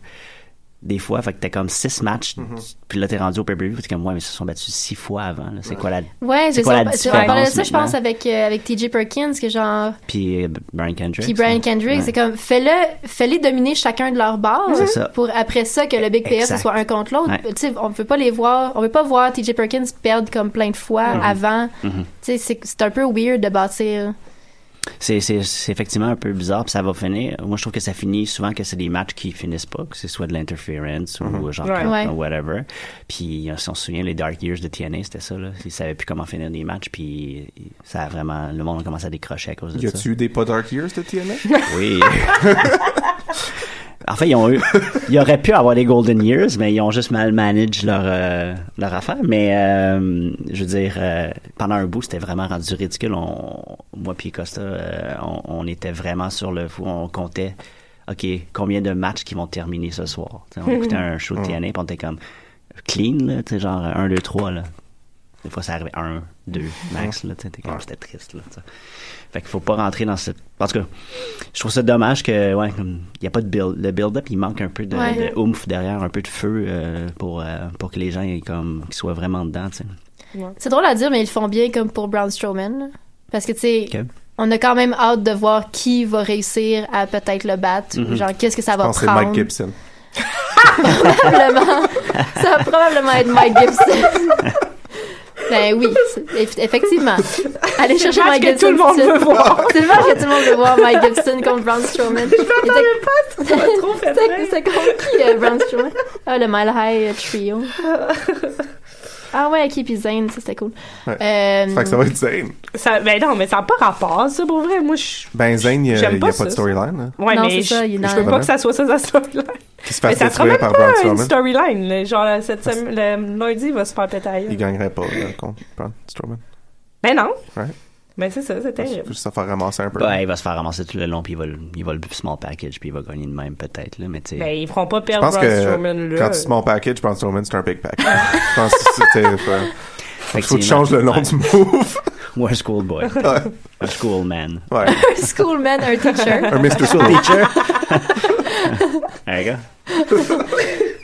des fois. Fait que t'as comme six matchs, Mhm. puis là, t'es rendu au pay-per-view, puis t'es comme, ouais, mais ils se sont battus six fois avant. là. C'est quoi la. Ouais, C'est j'ai quoi la on parlait de ça, différence je pense, maintenant? avec, euh, avec TJ Perkins, que genre. Puis euh, Brian Kendrick. Puis Brian Kendrick, c'est comme, fais-le, fais-les dominer chacun de leur bord C'est ça. pour après ça que le Big Payoff, ce Exact. soit un contre l'autre. Ouais. Tu sais, on peut pas les voir, on peut pas voir TJ Perkins perdre comme plein de fois avant. Mhm. Tu sais, c'est- c'est un peu weird de bâtir. C'est, c'est, c'est effectivement un peu bizarre, puis ça va finir. Moi, je trouve que ça finit souvent que c'est des matchs qui finissent pas, que c'est soit de l'interference Mhm. ou genre Ouais. Ouais. ou whatever. Puis, euh, si on se souvient, les Dark Years de TNA, c'était ça, là. Ils savaient plus comment finir des matchs, puis ça a vraiment. Le monde a commencé à décrocher à cause de Y ça. a-tu eu des pas Dark Years de TNA? Oui. en fait, ils ont eu. Ils auraient pu avoir les Golden Years, mais ils ont juste mal managé leur, euh, leur affaire. Mais, euh, je veux dire, euh, pendant un bout, c'était vraiment rendu ridicule. On, moi puis Costa, euh, on, on était vraiment sur le fou. On comptait, OK, combien de matchs qui vont terminer ce soir. Tu sais, on écoutait un show de TNA, puis on était comme clean, là, tu sais, genre euh, 1, 2, 3, là. Des fois, ça arrivait 1, 2, max, là, tu sais, t'es comme, c'était triste, là, tu sais. Fait qu'il faut pas rentrer dans cette. En tout cas, je trouve ça dommage que, ouais, comme, il n'y a pas de build. Le build-up, il manque un peu de, Ouais. de oomph derrière, un peu de feu euh, pour, euh, pour que les gens aient comme, qu'ils soient vraiment dedans, tu sais. C'est drôle à dire, mais ils le font bien comme pour Braun Strowman. là. Parce que, tu sais, Ok. on a quand même hâte de voir qui va réussir à peut-être le battre. ou Genre, qu'est-ce que ça Mm-hmm. Je va pense que c'est prendre. Mike Gibson. probablement, ça va probablement être Mike Gibson. ben oui, c'est- eff- effectivement. Allez chercher match Mike que Gibson. tout le monde tout de veut suite. voir. C'est le match que tout le monde veut voir, Mike Gibson contre Braun Strowman. Je m'attendais pas, trop fait rire. C'est contre qui, euh, Braun Strowman? Ah, le Mile High euh, Trio. Ah ouais, Keep It Zane, ça c'était cool. Ouais. Euh, Fait que Mm. ça va être Zane. Ça, ben non, mais ça n'a pas rapport, ça, pour vrai. Moi, je. Ben Zane, il n'y a, J'aime il y pas a ça. pas de storyline. Hein. Ouais, Non, mais c'est ça, il est je, dans je la- veux pas que ça soit ça, ça storyline. Qui se Mais fasse ça sera détruire même par pas Braun une Strowman. storyline. là. Genre, cette semaine, le lundi, il va se faire péter ailleurs. Il gagnerait pas là, contre Braun Strowman. Mais non. Ouais. Mais c'est ça, c'est terrible. Faut juste se faire ramasser un peu. Ouais, il va se faire ramasser tout le long, puis il va, le- il va le small package, puis il va gagner de même, peut-être, là, mais tu sais. Ben, ils feront pas Je perdre pense Braun Strowman, que là. quand tu te mets mon package, Braun Strowman, c'est un big pack. je pense que c'était. euh, faut que tu changes le nom Ouais. du move. Ou un schoolboy. Un schoolman. ouais. un schoolman, un teacher. Un Mr. Soul. Un gars.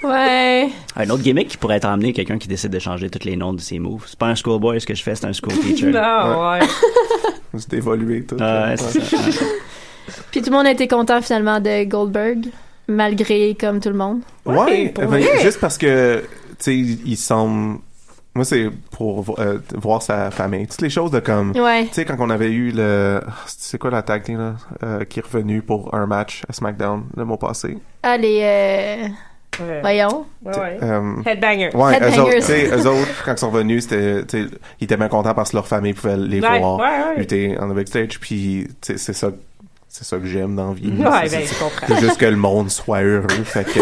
Ouais. Un autre gimmick qui pourrait être emmené, quelqu'un qui décide de changer tous les noms de ses moves. C'est pas un schoolboy ce que je fais, c'est un school teacher. Non, ouais. C'est évolué, tout. Ah, ouais, Ouais. c'est ça. Puis tout le monde a été content finalement de Goldberg, malgré comme tout le monde. Ouais, Ouais, pour ben, vrai. juste parce que, tu sais, il semble. Moi, c'est pour vo- euh, voir sa famille. Toutes les choses de comme. Ouais. Tu sais, quand on avait eu le. ah, C'est quoi la tag team, là euh, Qui est revenu pour un match à SmackDown le mois passé. Ah, les. euh, Ouais, ouais. Voyons. ouais. Euh, Headbanger. ouais, Headbangers. eux autres, tu sais, eux autres, quand ils sont revenus, c'était, tu sais, ils étaient bien contents parce que leur famille pouvait les Ouais, voir ouais, ouais. lutter en backstage. Puis, tu sais, c'est ça, c'est ça que j'aime dans la vie. C'est- Ouais, c'est- ben, je comprends. Oh! C'est juste que le monde soit heureux. Fait que,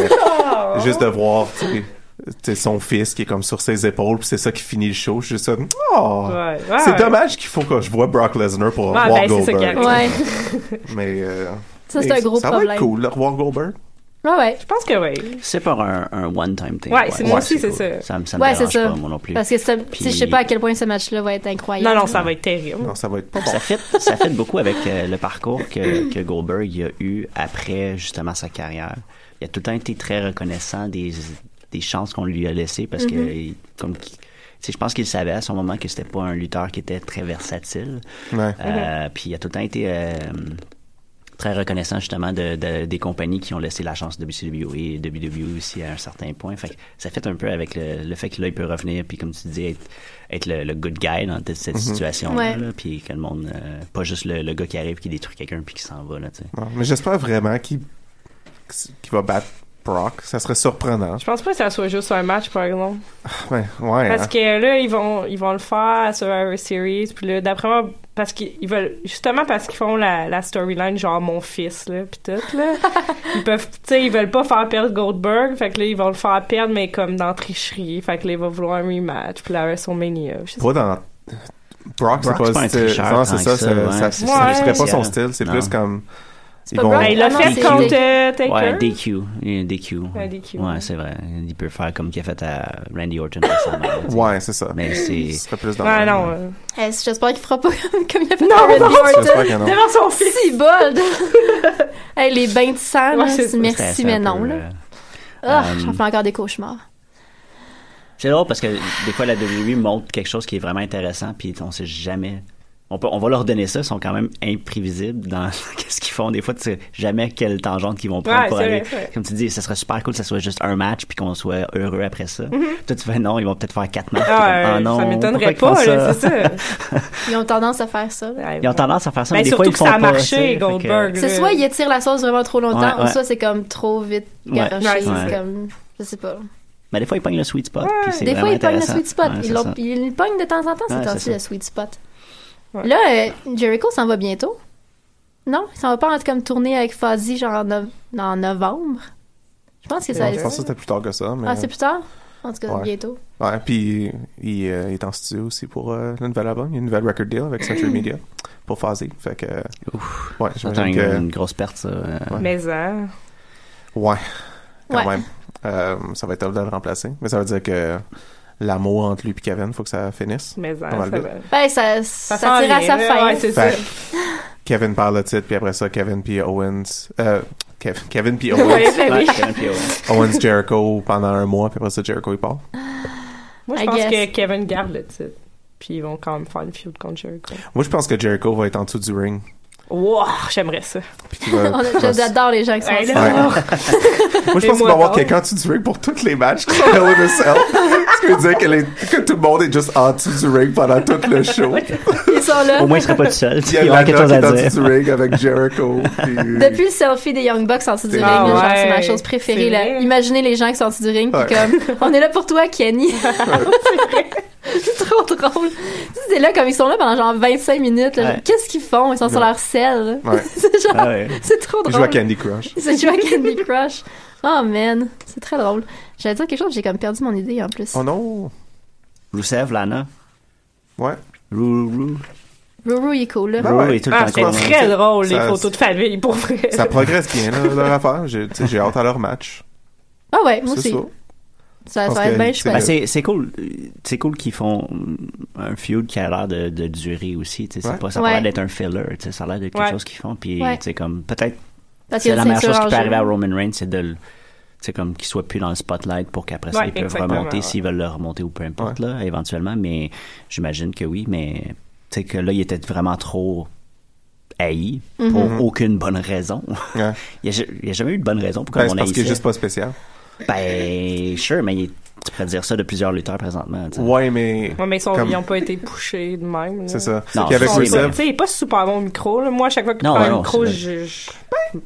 juste de voir, tu sais, tu sais, son fils qui est comme sur ses épaules, puis c'est ça qui finit le show. Je suis juste comme, oh! Ouais, ouais, c'est ouais. dommage qu'il faut que je vois Brock Lesnar pour Ouais, revoir ben, c'est ça qui Goldberg. arrive. Ouais. Mais, euh, Ça, c'est mais un gros ça va problème. être cool, le revoir Goldberg. Ouais, ouais. Je pense que oui. C'est pas un, un one-time thing. Ouais, c'est moi aussi, c'est cool. ça. Ça, me- ça me Ouais, c'est dérange ça. pas, moi non plus. Parce que ça, Puis- tu sais, je sais pas à quel point ce match-là va être incroyable. Non, non, ça va être terrible. Non, ça va être pas bon. Ça fait, ça fait beaucoup avec euh, le parcours que, que Goldberg a eu après justement sa carrière. Il a tout le temps été très reconnaissant des, des chances qu'on lui a laissées parce que il- comme qu'il- tu sais, je pense qu'il savait à son moment que c'était pas un lutteur qui était très versatile. Ouais. Euh, Puis il a tout le temps été euh, très reconnaissant justement de, de- des compagnies qui ont laissé la chance de WCW E et WWE aussi à un certain point. Fait que ça fait un peu avec le, le fait que là, il peut revenir, puis comme tu dis, être, être le, le good guy dans toute cette situation-là, Ouais. là, puis que le monde, euh, pas juste le, le gars qui arrive, qui détruit quelqu'un, puis qui s'en va, là, tu sais. Non, mais j'espère vraiment qu'il qu'il va battre Brock. Ça serait surprenant. Je pense pas que ça soit juste un match, par exemple. Ouais, ouais, Parce hein. que là, ils vont, ils vont le faire à Survivor Series. Puis là, d'après moi, parce qu'ils ils veulent, justement parce qu'ils font la, la storyline, genre mon fils, là, pis tout, là. ils peuvent, tu sais, ils veulent pas faire perdre Goldberg. Fait que là, ils vont le faire perdre, mais comme dans tricherie. Fait que là, il va vouloir un rematch. Puis la WrestleMania. Je sais Pas dans... Brock, c'est Brock, pas, c'est pas un c'est- tricheur Non, tant c'est que ça. ça, ça, ouais. ça- C'est ça pas serait pas spécial. son style. C'est Non. plus comme... C'est Ils pas vont- pas. Brock. Ben, il l'a Ah, Non, fait c'est- contre euh, Taker. Ouais, DQ. Il y a un DQ. Un DQ, Ouais, ouais. c'est vrai. Il peut faire comme qu'il a fait à Randy Orton récemment, là, tu sais. Ouais, c'est ça. Mais c'est. Ce serait plus dans Ouais, le- non. euh, Eh, J'espère qu'il fera pas comme il a fait Non, à Randy non, J'espère Orton. que non. Devant son fils. Si bold! hey, les bains de sang, Ouais, là, c'est ça, merci, c'était mais un non, peu, là. euh, Ah, Euh, j'en fais encore des cauchemars. C'est drôle parce que des fois la WWE montre quelque chose qui est vraiment intéressant puis on sait jamais. On, peut, on va leur donner ça, ils sont quand même imprévisibles dans qu'est-ce qu'ils font. Des fois, tu sais jamais quelle tangente qu'ils vont prendre Ouais, pour c'est aller. vrai, c'est vrai. Comme tu dis, ça serait super cool que ça soit juste un match puis qu'on soit heureux après ça. Toi, tu fais non, ils vont peut-être faire quatre matchs. T'es comme, Mhm. Ah, Ah, non, ça m'étonnerait pourquoi pas, ils font là, c'est ça. Ils ont tendance à faire ça. là. Ils ont tendance à faire ça, Ben, mais des fois, surtout ils que font ça a pas, marché, tu sais, fait que- Goldberg. C'est soit ils étirent la sauce vraiment trop longtemps, Ouais, ouais. ou soit c'est comme trop vite Ouais. garoché. Ouais, c'est ouais. comme, je sais pas. Mais ben, des fois, ils pognent le sweet spot. puis c'est Des vraiment fois, ils pognent le intéressant. sweet spot. Ouais, ils c'est l'ont- ça. ils le pognent de temps en temps, Ouais, c'est c'est aussi ça. le sweet spot. Ouais. Là, euh, Jericho s'en va bientôt. Non, il s'en va pas en comme tourner avec Fuzzy genre en, nov- en novembre. Je pense que ça. Non, je pense que c'était plus tard que ça. Mais... Ah, c'est plus tard? En tout cas, Ouais. bientôt. Ouais, puis il, euh, il est en studio aussi pour euh, le nouvel album. Il y a une nouvelle record deal avec Century Media pour Fazzy. Fait que. ouais, Ça, c'est j'imagine une, que. une grosse perte, ça. euh, Mais hein, Ouais, quand Ouais. même. Euh, ça va être tough de le remplacer. Mais ça veut dire que l'amour entre lui et Kevin, faut que ça finisse. mais hein, Pas mal ça vite. va. Ben, ça, ça, tire à sa fin. Ouais, c'est ça. Fait que Kevin perd le titre, puis après ça, Kevin puis Owens. Euh, Kev- Kevin puis Owens, Ouais, ben ouais, oui. c'est un PO. Owens Jericho pendant un mois, puis après ça, Jericho il part. Moi, je I pense guess. que Kevin garde le titre. Puis ils vont quand même faire une feud contre Jericho. Moi, je pense que Jericho va être en dessous du ring. Wow, j'aimerais ça. Puis qu'il va- On a- je- J'adore les gens qui sont Hey, ça. là, Moi, je Et pense qu'il moi va y avoir donc. quelqu'un en dessous du ring pour tous les matchs qui sont Hell in a Cell. Ce qui veut dire que, les- que tout le monde est juste en dessous du ring pendant tout le show. Ils sont là. Au moins, il serait pas tout seul. Il y a Il Lana aura qui quelque chose est à en dire. dessous du ring avec Jericho. puis- Depuis le selfie des Young Bucks en dessous du ring, C'est là, vrai. genre, Ah c'est ma ouais, chose préférée. c'est Là. vrai. Imaginez les gens qui sont en dessous du ring, puis Ouais. comme, on est là pour toi, Kenny. c'est trop drôle. Tu sais, c'est là, comme ils sont là pendant genre 25 minutes, là, genre, Ouais. qu'est-ce qu'ils font? Ils sont sur Ouais. leur selle. là. Ouais. c'est genre, Ah ouais. c'est trop Il joue à drôle. Candy Crush. Ils jouent à Candy Crush. Oh man, c'est très drôle. J'allais dire quelque chose, j'ai comme perdu mon idée en plus. Oh non! Rusev, Lana. Ouais. Rou, rou. Ruru, il est cool, là. Ben ouais. Rou est tout le Ah, temps c'est content. très drôle, les Ça- photos de famille, pour vrai. Ça progresse bien, là, leur affaire. J'ai tu sais, j'ai hâte à leur match. Ah ouais, moi aussi. C'est ça. Ça, ça Parce va être que bien c'est- Ben, chouette. c'est, c'est cool. C'est cool qu'ils font un feud qui a l'air de, de durer aussi. tu sais. C'est Ouais. pas, ça Ouais. a l'air d'être un filler. tu sais. Ça a l'air d'être quelque Ouais. chose qu'ils font. Puis, Ouais. tu sais, comme, peut-être, Parce qu'il y c'est a la une meilleure ceinture chose en qui peut jeu. arriver à Roman Reigns, c'est de le- tu sais, comme qu'il soit plus dans le spotlight pour qu'après ça, Ouais, ils peuvent exactement, remonter ouais. s'ils veulent le remonter ou peu importe, là, éventuellement. Mais j'imagine que oui. Mais, tu sais, que là, il était vraiment trop haï pour aucune bonne raison. Mm-hmm. Ouais. il n'y a, jamais eu de bonne raison pour Ben, qu'on c'est on parce qu'il est haïssait. juste pas spécial. Ben, sure, mais il- tu peux dire ça de plusieurs lutteurs présentement. tu sais. Ouais, mais. Ouais, mais ils sont- Comme- ils n'ont pas été poussés de même. là. C'est ça. Non, Puis avec c'est- Tu Rusev. sais, il est pas super bon au micro. là. Moi, à chaque fois que Non, je prends non, un micro, c'est je... je-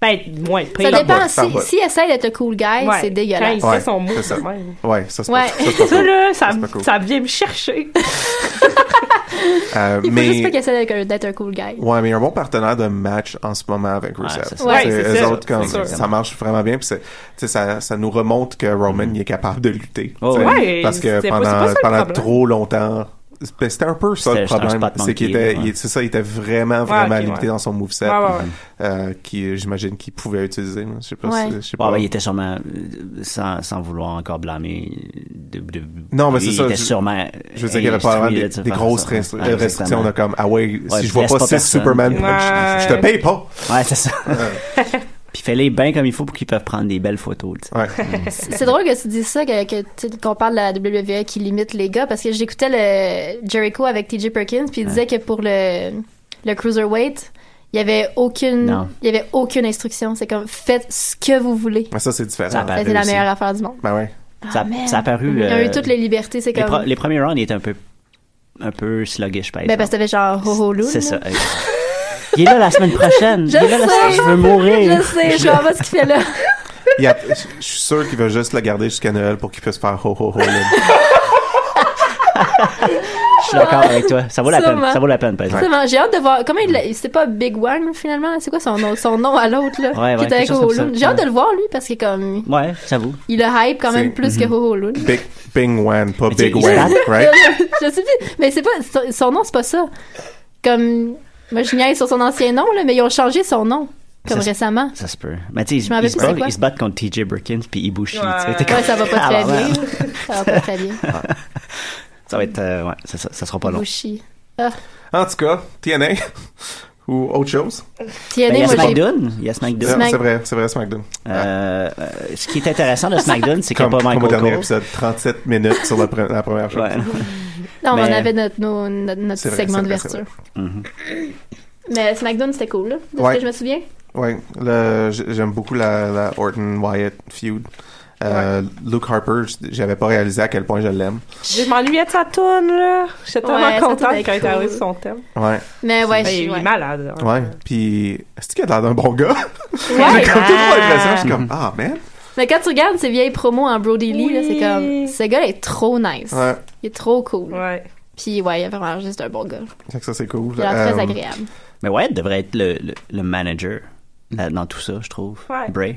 Ben, moins Ça pire. dépend. botte, par Si, botte. si essaye d'être le cool guy, Ouais. c'est Quand il dégueulasse. fait Ouais, son mot, c'est ça. de même. Ouais, ça c'est Ouais. pas, ça, c'est pas Ça, cool. là, ça, c'est pas cool. ça vient me chercher. Euh, Il faut juste pas mais... qu'il essaie d'être un- d'être un cool guy. Ouais, mais un bon partenaire de match en ce moment avec Rusev. Ouais, c'est ça. Ouais, C'est- c'est eux ça, autres, comme, c'est sûr. ça marche vraiment bien. Puis c'est- tu sais, ça, ça nous remonte que Roman Mm. il est capable de lutter. Oh, tu sais, ouais. parce que C'est pas- pendant, c'est pas ça le pendant problème. trop longtemps, ben, c'était un peu ça le C'était juste un problème. spot C'est qu'il monkey, était, ouais. il- c'est ça, il était vraiment, vraiment ok, limité ouais. dans son moveset. Ouais, ouais, ouais. euh, qui, j'imagine qu'il pouvait utiliser. là. Je sais pas Ouais. si- je sais Ouais, pas. ben, il était sûrement, euh, sans, sans vouloir encore blâmer. De, de- Non, mais lui, c'est ça, Il était je- sûrement. euh, Je veux dire qu'il y avait instruit pas de des, se des faire grosses ça. rest- Ouais, restrictions de exactement. comme, ah ouais, Ouais, si je je vois laisse pas pas 6 personne. Superman, Ouais. je, je te paye pas. Ouais, c'est ça. Puis fais-les bien comme il faut pour qu'ils peuvent prendre des belles photos. tu sais. Ouais. C'est c'est drôle que tu dises ça, que, que, tu sais, qu'on parle de la WWE qui limite les gars, parce que j'écoutais le Jericho avec TJ Perkins, puis il disait que pour le, le cruiserweight, il y avait aucune, Non. il y avait aucune instruction. C'est comme faites ce que vous voulez. Mais ça, c'est différent. Ça apparaît C'était la aussi. meilleure affaire du monde. Ah, Ben ouais. Ça- man. ça a paru, Ils ont euh, eu toutes les libertés. C'est Les, pro- comme les premiers rounds, il était un peu, un peu sluggish, par ben parce que t'avais genre Hoholou. C'est ça. exact. Il est là la semaine prochaine. Je il est là la sais. semaine- Je veux mourir. Je sais, je vois pas ce qu'il fait là. Il a- je je suis sûr qu'il veut juste le garder jusqu'à Noël pour qu'il puisse faire ho ho ho. là. Je suis d'accord avec toi. Ça vaut la Sûrement. peine. Ça vaut la peine, par exemple. Exactement. J'ai hâte de voir. Comment il l'a- C'était pas Big One finalement C'est quoi son nom, son nom à l'autre là Ouais, ouais, Qui était avec quelque chose comme ça. Hoholou. J'ai hâte de le voir lui parce que comme Ouais, j'avoue. il le hype quand même C'est- plus que Hoholou. Big Bing Wan, pas Mais Big tu sais, Wan, il right? je sais plus. Mais c'est pas son, son nom, c'est pas ça. Comme moi je niaise sur son ancien nom là, mais ils ont changé son nom comme Ça se- récemment. Ça se peut. Mais tu sais, Je m'en rappelle ils, ils se plus c'est battent- quoi. ils se battent contre TJ Perkins puis Ibushi. tu sais. Ouais. T'es comme- Ouais, ça va pas très Alors, bien. ouais. Ça va pas très bien. Ça va être. euh, ouais, c'est ça, ça sera pas long. Bushi. Ah, En tout cas, TNA, ou autre chose. Ben, il TNA, y a moi, j'ai... SmackDown. Il y a SmackDown. Non, Smack- C'est vrai, c'est vrai, SmackDown. Euh, euh, ce qui est intéressant de SmackDown, c'est qu'il n'y Comme, a pas comme Michael au dernier Cole. épisode, 37 minutes sur la, pre- la première chose. Ouais. Non, mais Mais- on avait notre, nos- notre, notre C'est vrai, segment c'est de vrai, c'est vertu. Mhm. Mais SmackDown, c'était cool, là, de Ouais. ce que je me souviens. Ouais, le- j- j'aime beaucoup la, la Orton-Wyatt feud. Euh, Luke Harper, j- j'avais pas réalisé à quel point je l'aime. Je m'ennuyais de sa toune, là. Ouais, J'étais tellement sa toune est contente quand il est arrivé cool. sur son thème. Ouais, Mais ouais, Ben, je- il ouais. est malade. hein. ouais. Puis, est-ce qu'il a l'air d'un bon gars? Ouais. J'ai comme toujours l'impression, je suis comme, ah, man. Mais quand tu regardes ces vieilles promos en Brody Lee, là, c'est Oui. comme, ce gars est trop nice. Ouais, Il est trop cool. Ouais. Puis ouais, il est vraiment juste un bon gars. Fait que ça, c'est cool. Il est très Euh, agréable. Mais Wyatt devrait être le, le, le manager là- dans tout ça, je trouve. Ouais. Bray.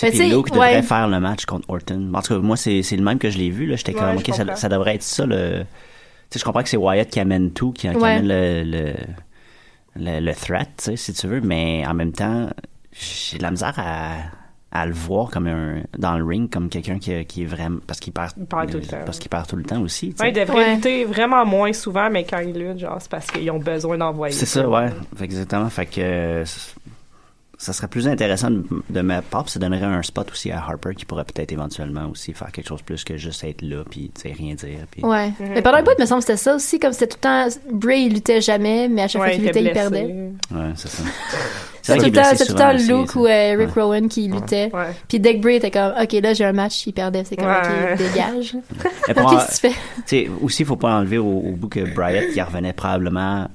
Mais Puis tu sais, Luke ouais. devrait faire le match contre Orton. En tout cas, moi, c'est c'est le même que je l'ai vu. là. J'étais Ouais, comme, je OK, ça, comprends. ça devrait être ça. Le... Tu sais, je comprends que c'est Wyatt qui amène tout, qui, qui Ouais. amène le, le, le, le threat, tu sais, si tu veux. Mais en même temps, j'ai de la misère à, à le voir comme un, dans le ring comme quelqu'un qui, qui est vraiment... Parce qu'il perd, euh, Il perd tout le temps. Parce qu'il perd tout le temps aussi. tu sais. Ouais, il devrait Ouais. lutter vraiment moins souvent, mais quand il lutte, genre, c'est parce qu'ils ont besoin d'envoyer. C'est ça, ouais. Fait que exactement. Fait que euh, c- ça serait plus intéressant de, de ma part, puis ça donnerait un spot aussi à Harper qui pourrait peut-être éventuellement aussi faire quelque chose plus que juste être là puis tu sais rien dire. Puis Ouais. Mm-hmm. Mais pendant un bout, il me semble que c'était ça aussi, comme c'était tout le temps, Bray, il luttait jamais, mais à chaque fois Ouais, qu'il il luttait, était il blessé. perdait. ouais, c'est ça. C'est vrai tout qu'il le est temps, c'est blessé tout le souvent temps aussi, Luke ça. ou euh, Rick Ouais. Rowan qui luttait. Ouais. Puis Dick Bray était comme, OK, là, j'ai un match, il perdait. C'est comme, Ouais. OK, dégage. Mais pour en- Qu'est-ce que tu fais? tu sais, aussi, faut pas enlever au, au bout que Bryant, il revenait probablement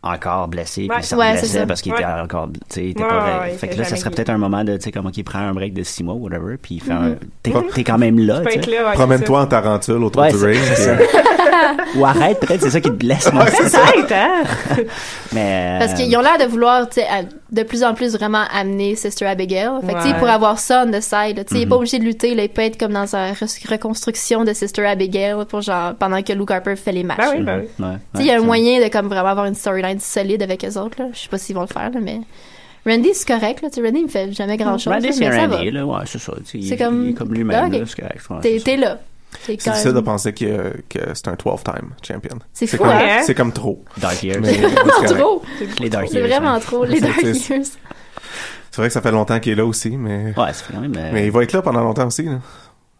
encore blessé, puis Ouais. il se Ouais, c'est blessait ça. parce qu'il était Ouais. encore, tu sais, il était Ouais, pas ouais, vrai. ouais, fait que il là, fait ça serait jamais peut-être un moment de, tu sais, comme, OK, prend un break de six mois, whatever, puis il fait un- t'es- T'es quand même là, Mm-hmm. Tu peux tu être sais. là, ouais, Promène-toi en Tarentule autour Ouais, du c'est- ring. c'est ça. puis- euh, Ou arrête, peut-être, c'est ça qui te blesse, moi. c'est ça. Peut-être, hein? Mais. Parce euh, qu'ils ont l'air de vouloir, tu sais, à- de plus en plus vraiment amener Sister Abigail. Fait que, tu sais, Ouais. pour avoir ça on the side, là, tu sais, il est pas Mhm. obligé de lutter, là, il peut être comme dans sa re- reconstruction de Sister Abigail pour genre, pendant que Luke Harper fait les matchs. Ben oui, là. ben oui. euh, Ouais, Tu sais, il y a ouais, un ça- moyen de comme vraiment avoir une storyline solide avec eux autres, là. Je sais pas s'ils vont le faire, là, mais. Randy, c'est correct, là. Tu sais, Randy, il me fait jamais grand chose. Randy, là, c'est mais ça va. Randy, là, ouais, c'est ça. tu sais, il, C'est comme- il est comme lui-même, Ah, ok. là, c'est correct. ouais, T'es c'est t'es là. T'es C'est quand difficile de même- penser qu'il y a- que c'est un 12-time champion. C'est fou, comme, hein? C'est comme trop. ça. Dark Years. Mais- Vraiment trop! Les Dark C'est Years. vraiment trop, les C'est- Dark c'est- Years. C'est vrai que ça fait longtemps qu'il est là aussi, mais... Ouais, c'est quand même. euh, Mais il va être là pendant longtemps aussi, là.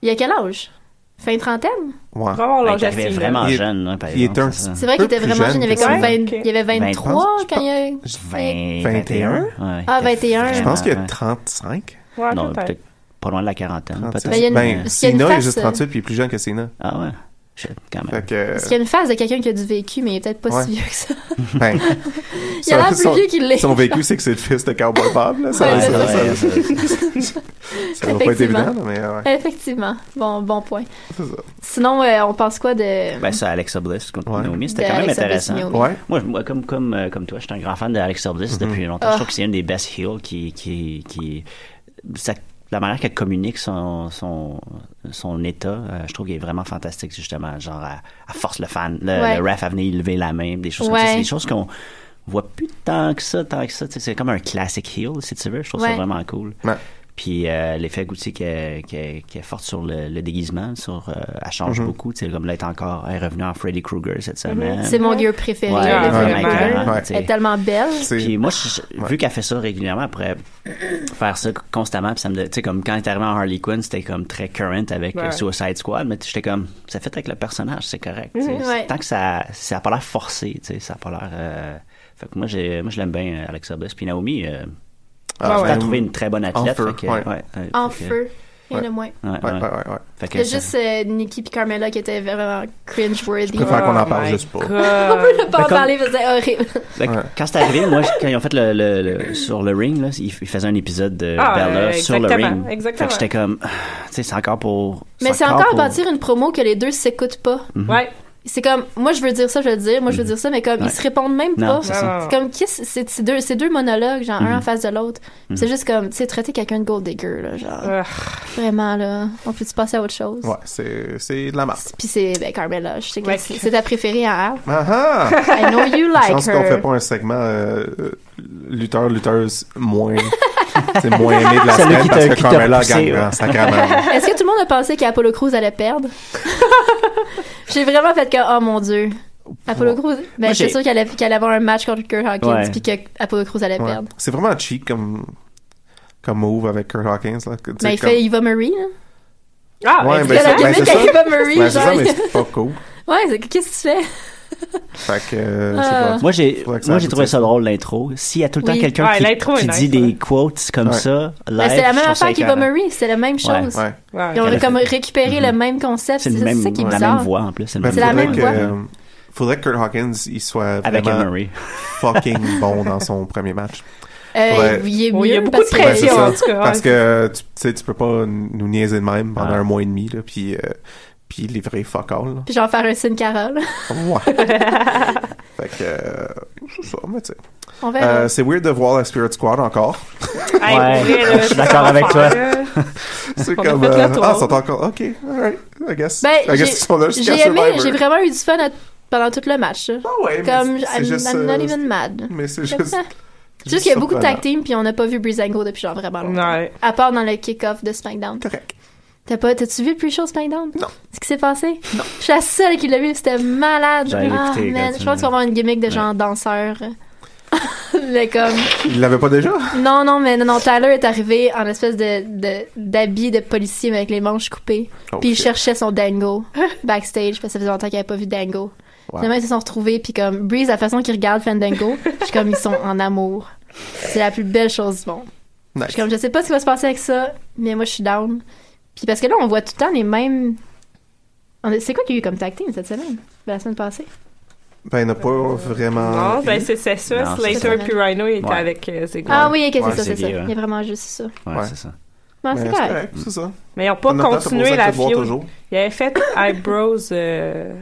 Il y a quel âge? Fin trentaine? Ouais. Oh, Vraiment ouais, long il arrivait geste, vraiment Il est- jeune, là, par il est exemple, un- ça. C'est vrai Peu qu'il était plus vraiment jeune, jeune il avait que comme ça. 20, Ouais, ok. il y avait 23 quand il y a eu. Vingt- 21? Ouais, Ah, il était 21. Je pense qu'il y a vraiment, 35. Ouais, ouais. Non, peut-être. peut-être pas loin de la quarantaine. 36. peut-être. Ben, il y a une- Ben, s'il y a une Cena il est face, juste euh, 38 puis il est plus jeune que Cena. Ah, ouais. Je- Quand même. Fait que, Parce qu'il y a une phase de quelqu'un qui a du vécu, mais il est peut-être pas Ouais. si vieux que ça. ben, Il a l'air plus son- vieux qu'il l'est. Son vécu, c'est que c'est le fils de Cowboy Bob, là. Ça, Ouais, ça, c'est ça, ça- vrai, ça va pas être Effectivement. évident, là, mais ouais, Effectivement. Bon, bon point. c'est ça. Sinon, euh, on pense quoi de. Ben, ça, Alexa Bliss contre Ouais. Naomi, c'était de quand même Hein? Ben, Alexa intéressant. Bliss Naomi? Ouais. Mm-hmm. Moi, je- moi, comme, comme, euh, comme toi, je suis un grand fan de Alexa Bliss depuis longtemps. Ah. Je trouve que c'est une des best heels qui. qui, qui ça- la manière qu'elle communique son, son, son état, euh, je trouve qu'elle est vraiment fantastique, justement. Genre, elle, elle force le fan, le, Ouais. le ref à venir lever la main, des choses comme ça. Ouais. C'est des choses qu'on voit plus tant que ça, tant que ça. Tu sais, C'est comme un classic heel, si tu veux. Je trouve Ouais. ça vraiment cool. Ouais. Puis euh, l'effet aussi qu'elle qu'elle- qu'elle est forte sur le, le déguisement, sur, euh, elle Mhm. change beaucoup. Tu sais, comme là, elle est encore elle est revenue en Freddy Krueger cette semaine. Mhm. C'est mon gear préféré. Ouais, là, ouais, vraiment. vraiment, Ouais. tu sais. Elle est tellement belle. C'est- Puis moi, je- je- vu qu'elle fait ça régulièrement, elle pourrait faire ça constamment. Puis ça me, tu sais, comme quand elle est arrivée en Harley Quinn, c'était comme très current avec euh, Ouais. Suicide Squad, mais j'étais comme, ça fait avec le personnage, c'est correct. tu sais. Mhm, ouais. Tant que ça, ça a pas l'air forcé, tu sais, ça a pas l'air. euh, Fait que moi, j'ai, moi, je l'aime bien, euh, Alexa Bliss. Puis Naomi, euh, Ah, elle ouais. a trouvé une très bonne athlète. feu, fait que, ouais. ouais, En fait que- feu. Rien de Ouais. moins. ouais, Ouais, ouais. ouais, ouais, ouais. Fait que Il y a ça- juste euh, Nikki puis Carmella qui étaient vraiment cringe-worthy. Je préfère qu'on en Oh parle my juste pas. God. On peut pas en comme- parler, parce que c'est horrible. Fait que Ouais. Quand c'est arrivé, moi, je- quand ils ont fait le, le- le- sur le ring, là, ils, ils faisaient un épisode de Ah, Bella euh, sur le exactement, ring. Fait exactement. que j'étais comme, ah, tu sais, c'est encore pour. Mais c'est encore pour- bâtir une promo que les deux s'écoutent pas. Ouais. C'est comme, moi je veux dire ça, je veux le dire, moi je veux dire ça, mais comme Ouais. ils se répondent même Non, pas. c'est ça. Ah. C'est comme, qu'est-ce- c'est c'est deux, c'est deux monologues, genre Mhm. un en face de l'autre. C'est juste comme, tu sais, traiter quelqu'un de gold digger, là, genre. Euh, Vraiment, là. On peut-tu passer à autre chose? Ouais, c'est c'est de la marque. Puis c'est, ben, Carmela, je sais que Ouais. c'est c'est ta préférée à Al. Ah ah! I know you Je like pense qu'on fait her. pas un segment euh, euh, lutteur, lutteuse moins. c'est moins aimé de la Celui semaine qui t'a- parce que qui t'a Carmella poussé, gagne ouais. en sacrament. Est-ce que tout le monde a pensé qu'Apollo Cruz allait perdre? J'ai vraiment fait que, oh mon dieu. Apollo Crews. Ben, Moi, j'étais j'ai- sûre qu'elle allait, qu'elle allait avoir un match contre Kurt Hawkins Ouais. puis que Apollo Crews allait Ouais. perdre. C'est vraiment cheap comme, comme move avec Kurt Hawkins. Là. que, tu sais, Mais il comme- fait Eva Marie, là. Ah, Ouais, ben, ben, C'est c'est la ça- ben, gimmick c'est à ça. Eva Marie, Ouais, c'est ça, genre. mais c'est pas cool. Ouais, c'est- qu'est-ce que tu fais? Fait que, euh, je sais Ah. pas. Moi, j'ai, Faudrait que ça moi, j'ai trouvé aboutisse. ça drôle, l'intro. S'il y a tout le temps Oui. quelqu'un Ouais, qui, l'intro est qui nice, dit ouais. des quotes comme Ouais. ça, live, Ben, c'est la je même trouve ça affaire qu'Eva écœurant. Marie, c'est la même chose. Ouais. Ouais. Ils ont Qu'elle a comme fait- récupéré le même concept, c'est C'est le c'est même, ça qui est la même bizarre. voix, en plus. C'est, le Mais même C'est la voix. faudrait même que, voix. euh, faudrait que Kurt Hawkins il soit Avec Ed vraiment Murray. fucking bon dans son premier match. Euh, Ouais. Il est mieux Oh, il y a beaucoup parce de que- Ouais, c'est pression, ça. en tout cas. Parce ouais. que euh, tu tu sais, tu peux pas nous niaiser de même pendant Ah. un mois et demi, là, puis, euh, puis livrer fuck all. là. Puis genre faire un signe Carole. Ouais. fait que, euh, c'est ça, mais tu sais. On verra. Euh, c'est weird de voir la Spirit Squad encore. Hey, Ouais, pour vrai, là, je suis ça d'accord va avec faire, toi. là. C'est On a comme. fait le euh, tour. ah, ils sont encore. Ok, alright, I guess. Ben, I guess j'ai- ils sont là jusqu'à j'ai aimé, Survivor. j'ai vraiment eu du fun à- pendant tout le match. là. Ah ouais, Comme, mais c'est I'm, juste. I'm euh, not even mad. Mais c'est Juste, juste. juste qu'il y a beaucoup de surprenant. tag team, puis on n'a pas vu Breezango depuis genre vraiment longtemps. Ouais. À part dans le kick-off de SmackDown. Correct. T'as pas, t'as-tu vu le pre-show SmackDown? Non. Ce qui s'est passé? Non. Je suis la seule qui l'a vu, c'était malade. J'allais Ah, l'écouter man. quand Je tu pense qu'ils vont avoir une gimmick de genre danseur. mais comme, Il l'avait pas déjà? non, non, mais non, non, Tyler est arrivé en espèce de, de, d'habit de policier, mais avec les manches coupées. Oh, puis il shit. cherchait son dango backstage, parce que ça faisait longtemps qu'il avait pas vu dango. Wow. Finalement, ils se sont retrouvés, puis comme, Breeze, la façon qu'il regarde Fandango, je suis comme, ils sont en amour. C'est la plus belle chose du monde. Je Nice. suis comme, je sais pas ce qui va se passer avec ça, mais moi, je suis down. Puis parce que là, on voit tout le temps les mêmes. on est- C'est quoi qu'il y a eu comme tag team cette semaine? Ben, la semaine passée? Ben, il n'a pas vraiment. Non, ben eu. c'est c'est ça. Non, c'est Slater ça. puis Rhino, il était Ouais. avec euh, Ziggler. Ah oui, ok, c'est Ouais, ça, c'est c'est ça. gay, ouais. Il y a vraiment juste ça. Ouais, Ouais. c'est ça. Bon, Ben, Ah, c'est c'est correct. correct, c'est ça. Mais ils n'ont pas En même temps, c'est pour ça continué que la tu le vois feud. toujours. Il avait fait Eyebrows euh,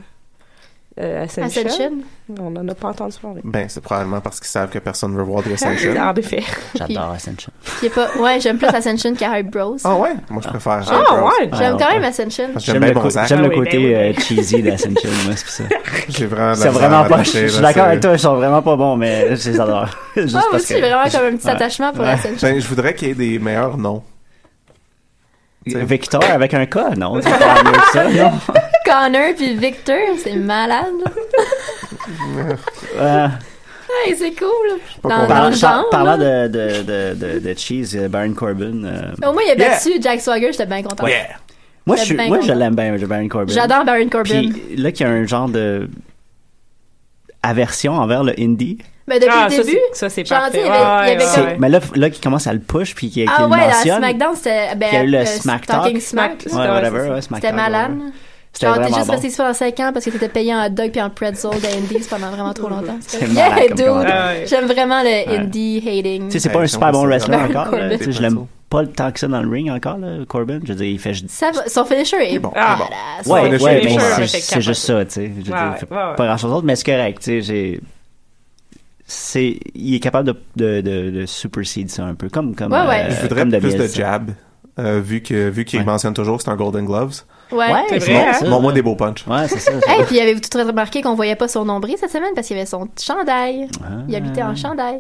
euh, Ascension. Ascension. On n'en a pas entendu parler. Ben, c'est probablement parce qu'ils savent que personne ne veut voir The Ascension. En effet. J'adore Ascension. Puis il y a pas... Ouais, j'aime plus Ascension qu'Hype Bros. Ah ouais? Moi, je préfère. Ah Eyebrows. ouais! Ah, J'aime quand Oh, ouais. même Ascension. Parce que J'aime j'aime bien le, bon co- Zach. j'aime le Ah oui, côté ben oui. euh, cheesy d'Ascension, moi, c'est pour ça. J'ai vraiment. de C'est la misère vraiment à pas. Je l'adapter, suis là, d'accord c'est- avec toi, ils sont vraiment pas bons, mais je les adore. Juste Ah, moi parce aussi, que- j'ai vraiment comme un petit Ouais. attachement pour Ouais. Ascension. Ben, je voudrais qu'il y ait des meilleurs noms. t'sais. Victor avec un K, non? C'est pas mieux que ça, non? Connor puis Victor, c'est malade. Ouais. Hey, c'est cool. pas Dans, dans le convaincu. Par- par- genre. parlant là. Oh, de, de, de, de, de cheese, euh, Baron Corbin. euh, Au moins, il a Yeah. battu Jack Swagger, j'étais bien contente. Yeah! moi, je, suis- bien moi, je content. l'aime bien, Baron Corbin. J'adore Baron Corbin. Puis là, qu'il y a un genre de aversion envers le indie. Mais depuis Ah, le ça, début, c'est- ça, c'est Genre, parfait. tu sais, il y avait- il y avait Ouais, comme- C'est- ouais, ouais. Mais là, là qui commence à le push puis qui, Ah le ouais, la mentionne. SmackDown, c'était. Ben, Il y a eu le euh, Smack Talk. Talking Smack. Smack- ouais, Ouais, whatever, c'est ça. ouais, C'était SmackDown, malade. ouais. C'était Genre, t'es vraiment juste bon. resté sur 5 ans parce que t'étais payé en dog puis en pretzel d'Indies pendant vraiment trop longtemps. C'est malade comme dude. commentaire. Ah Ouais. J'aime vraiment le Ouais. indie hating. Tu sais, c'est pas Ouais, un super bon c'est wrestler vraiment encore. là. Corbin. Tu sais, Je l'aime pas le tant que ça dans le ring encore, là, Corbin. Je veux dire, il fait. juste- Ça va- Son finisher est Il est bon, bon. il Ah. est bon. Ouais, finisher, ouais, il mais est c'est- bon. c'est c'est juste ça, tu sais. Je veux dire, Ouais, il fait ouais, ouais. Pas grand chose d'autre, mais c'est correct, tu sais. j'ai- C'est, il est capable de, de, de, de supersede ça un peu, comme, comme, Ouais, ouais. euh, Je voudrais comme plus de Miz, ça. jab. euh, vu que vu qu'il Ouais. mentionne toujours que c'est un Golden Gloves, Ouais. Ouais, C'est c'est vrai, bon, hein? ça. bon, moi des beaux punch. Ouais, c'est ça. Hey, puis avez-vous tout remarqué qu'on voyait pas son nombril cette semaine parce qu'il avait son chandail. Ah. Il habitait en chandail.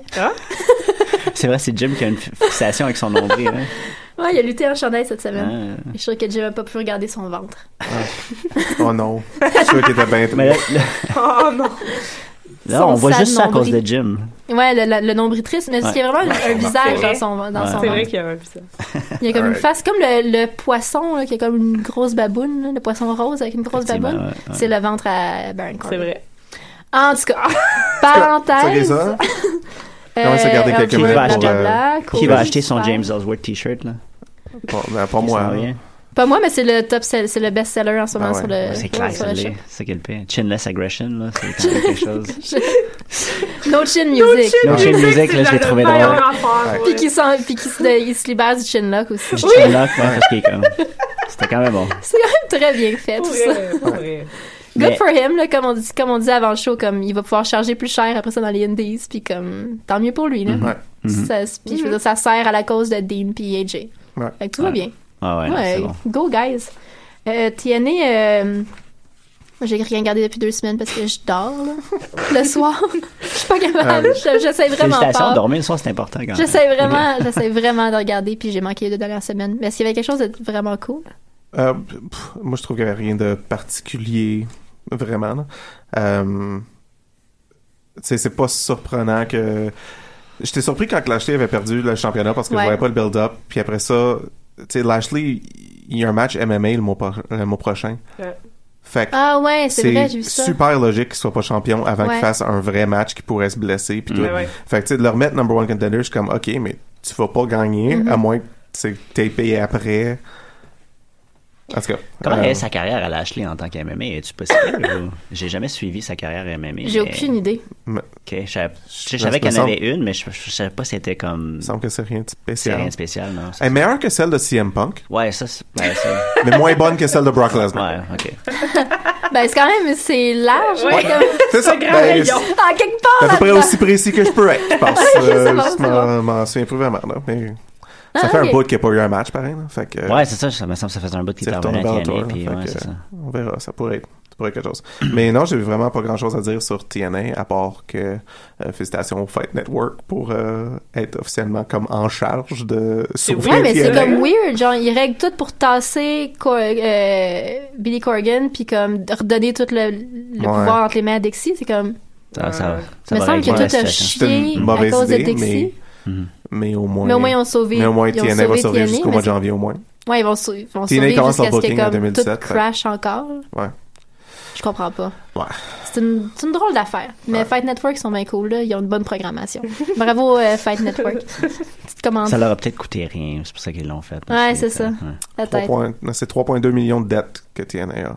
C'est vrai, c'est Jim qui a une fi- fixation avec son nombril. hein. Ouais, il a lutté en chandail cette semaine. Ah. Et Je suis sûre que Jim a pas pu regarder son ventre. Oh non, je suis sûr qu'il était bien Mais là, là- Oh non! là, Son on voit sale juste ça à cause nombril. de Jim. Ouais, le, le- le nombril triste, mais Ouais. ce qui est vraiment un visage dans son, dans Ouais. son C'est Ah. vrai qu'il y a un bizarre. Il y a comme une Alright. face, comme le, le poisson, là, qui a comme une grosse baboune, là, le poisson rose avec une grosse Effectivement, baboune. ouais, ouais. C'est le ventre à Baron Corbin. C'est vrai. Ah! En tout cas, C'est parenthèse. ça. euh, on s'est gardé quelques Rocky minutes pour, euh, blablabla, Qui va Cody, acheter son super. James Ellsworth t-shirt, là? Bon, ben, pas moi. Ça hein. va bien. Pas moi, mais c'est le top, sell- c'est le best-seller en ce moment Ah ouais, sur le. C'est clair, sur ça le l'est. C'est quel pire. Chinless Aggression, là, c'est quand même quelque chose. show. No chin music. Non, chez Music, là, je l'ai trouvé drôle. Puis qui s'en- puis qui se, il se libère du chin lock aussi. Du Chinlock, ouais, parce qu'il est comme... C'était quand même bon. C'est quand même très bien fait tout ça. Good Mais- for him, là, comme on dit, comme on dit avant le show, comme il va pouvoir charger plus cher après ça dans les indies, puis comme tant mieux pour lui, Mm-hmm. là. Ouais. Mhm. Ça, puis je veux dire, ça sert à la cause de Dean puis AJ. Ouais. Fait que tout va Ouais. bien. Ah ouais, non, Ouais, c'est bon. go guys. Euh, TNA, euh, moi, j'ai rien regardé depuis deux semaines parce que je dors là, le soir. je suis pas capable. Euh, Je- J'essaie vraiment Félicitations, pas. dormir le soir, c'est important quand même. J'essaie vraiment, j'essaie vraiment de regarder puis j'ai manqué les deux dernières semaines. Mais est-ce qu'il y avait quelque chose de vraiment cool Euh, pff, moi, je trouve qu'il n'y avait rien de particulier, vraiment. là. Euh, sais, c'est pas surprenant que. J'étais surpris quand Lashley avait perdu le championnat parce que Ouais. je voyais pas le build-up. Puis après ça, tu sais, Lashley, il y a un match MMA le mois, par- le mois prochain. Ouais. Fait que Ah ouais, c'est vrai, j'ai c'est vu ça. super logique qu'il soit pas champion avant Ouais. qu'il fasse un vrai match qui pourrait se blesser. Puis tout. Mm-hmm. Ouais, ouais. Fait que tu sais, de le remettre number one contender, je suis comme, ok, mais tu vas pas gagner Mm-hmm. à moins que tu sais, t'aies payé après. En tout cas. Comment euh, est sa carrière à Lashley en tant qu'MMA? Es-tu possible? ou- J'ai jamais suivi sa carrière MMA. J'ai mais- aucune idée. me- Ok, je savais, je Je- savais me qu'il y en semble- avait une, mais je, je savais pas si c'était comme. Il me semble que c'est rien de C'est spécial. rien de spécial, non? Elle est meilleure que celle de CM Punk, Ouais, ça, c'est. Ouais, ça- mais moins bonne que celle de Brock Lesnar. ouais, ok. Ben, c'est quand même, c'est large. Ouais. hein, comme- C'est ça, grand ben, rayon. c'est Ah, quelque part, à peu près là-dedans. aussi précis que je peux être, je pense. Je sais Euh, pas, je c'est m'en- m'en souviens plus vraiment, là, mais ça Ah, fait ok. un bout qu'il n'y a pas eu un match, pareil. là. Fait que, euh, Ouais, c'est ça, ça me semble que ça faisait un bout qu'il c'est retourné parvenait vers à le TNA, tour, puis là. ouais, Fait c'est que, ça. On verra, ça pourrait être, ça pourrait être quelque chose. Mais non, j'ai vraiment pas grand chose à dire sur TNA, à part que euh, félicitations au Fight Network pour euh, être officiellement comme en charge de sauver Ouais, mais c'est TNA. comme weird. Genre, ils règlent tout pour tasser Cor- euh, Billy Corgan puis comme redonner tout le, le pouvoir entre les mains à Dixie. C'est comme. Ça, ça, ça Il Euh, me va semble régler que la tout a situation. Mhm. C'est chié une à mauvaise cause de idée, Dixie. mais- Mais au moins, Mais au moins, ils ont sauvé. mais au moins, ils ont TNA va sauvé survivre jusqu'au mais mois de c'est- janvier au moins. Ouais, ils vont, sau- ils vont TNA sauver commence jusqu'à leur ce que booking en comme 2007, tout fait. crash encore. Ouais. Je comprends pas. Ouais. C'est une, c'est une drôle d'affaire. Mais Ouais. Fight Network sont bien cool, là. Ils ont une bonne programmation. Bravo, euh, Fight Network. Petite commande. Ça leur a peut-être coûté rien, c'est pour ça qu'ils l'ont fait. Ouais, aussi, c'est ça. La Trois tête. points- non, C'est 3,2 millions de dettes que TNA a.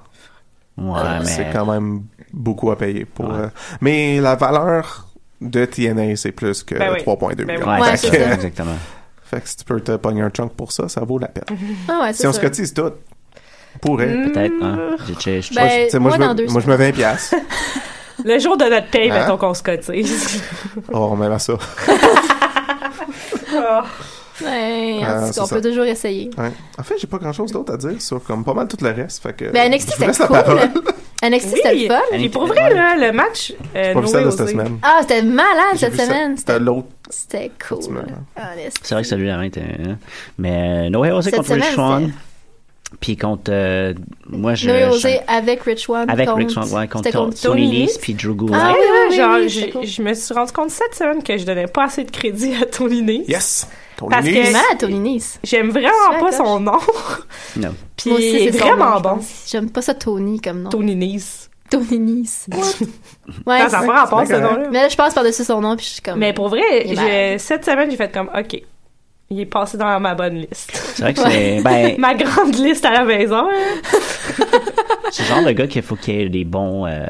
Ouais, Euh, mais. C'est quand même beaucoup à payer pour. Ouais. euh, mais la valeur de TNA, c'est plus que Ben oui. 3,2 Ben oui. millions. Ouais, Ouais, c'est c'est ça, ça. exactement. Fait que si tu peux te pogner un chunk pour ça, ça vaut la peine. Ah ouais, c'est si on se ça. cotise tout, pourrait. Peut-être, hein. J'ai- j'ai- Ben, Tu sais, moi, moi, je dans me- deux moi, je mets 20 piastres. Le jour de notre paye, Hein? mettons qu'on se cotise. Oh, même à ça. Ah. Ouais, Ah, en tout c'est cas, on ça. Euh, peut toujours essayer. Ouais. En fait, j'ai pas grand chose d'autre à dire sur comme pas mal tout le reste. Fait que. Ben, NXT, je vous laisse c'était la cool. parole. NXT, c'était le fun. Puis pour vrai, là, le match. Ben, Euh, Pas officiel Noé de cette Osé. semaine. Ah, c'était malade J'ai cette vu ça. semaine. C'était C'était- l'autre. C'était cool. semaine, Honest. C'est vrai que celui-là hein, était. hein. Mais euh, Noé Osé Cette contre Rich semaine, Swan. Puis contre. euh, moi, je. Noé je- Osé avec Rich One. Avec contre- Rich Swan, ouais, contre, C'était contre Tony Tony Lees, Nese. puis Drew Ah Gulak. Ouais, oui, là, oui, genre, oui, j'ai- c'est cool. je me suis rendu compte cette semaine que je donnais pas assez de crédit à Tony Nese. Yes! Tony Parce que- Nese. Mal à Tony Nice. J'aime Tu vraiment la pas son nom. Non. Puis il est vraiment bon. J'aime pas ça Tony comme nom. Tony Nese. Tony Nice. Ouais. Ça c'est- n'a pas rapport c'est ce correct. nom-là. Mais là, je passe par-dessus son nom, puis je suis comme. Mais pour vrai, Il est je- malade. cette semaine, j'ai fait comme OK. Il est passé dans ma bonne liste. C'est vrai que c'est. Ben, ma grande liste à la maison. hein. C'est le genre de gars qu'il faut qu'il y ait des bons, euh,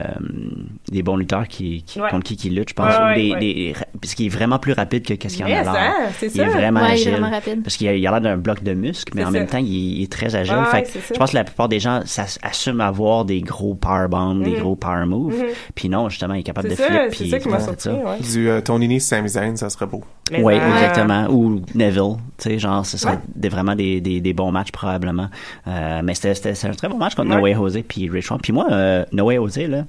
des bons lutteurs qui, qui- Ouais. contre qui il lutte, je pense. Ouais, ou ouais, des, ouais. des- parce qu'il est vraiment plus rapide que qu'est-ce qu'il y en Yes, a l'air. hein, c'est il est ça. vraiment Ouais, il est agile. vraiment rapide. Parce qu'il a il a l'air d'un bloc de muscles, mais C'est en même ça. temps, il, il est très agile. Ouais, Fait que c'est ça. je pense que la plupart des gens s'as- assument avoir des gros power bombs, des gros power moves. Puis non, justement, il est capable Mhm. C'est de ça, flip. c'est puis- ça qui m'a ouais, surpris. c'est ça. ouais. Du euh, Tony Nese, Sami Zayn, ça serait beau. Mais Ouais, ben, exactement. Ou Neville, tu sais, genre, ce sont Ouais. des, vraiment des, des, des bons matchs probablement. Euh, mais c'était c'était- c'était un très bon match contre Ouais. Noé Jose puis Rich One. Puis moi, euh, Noé Jose, là,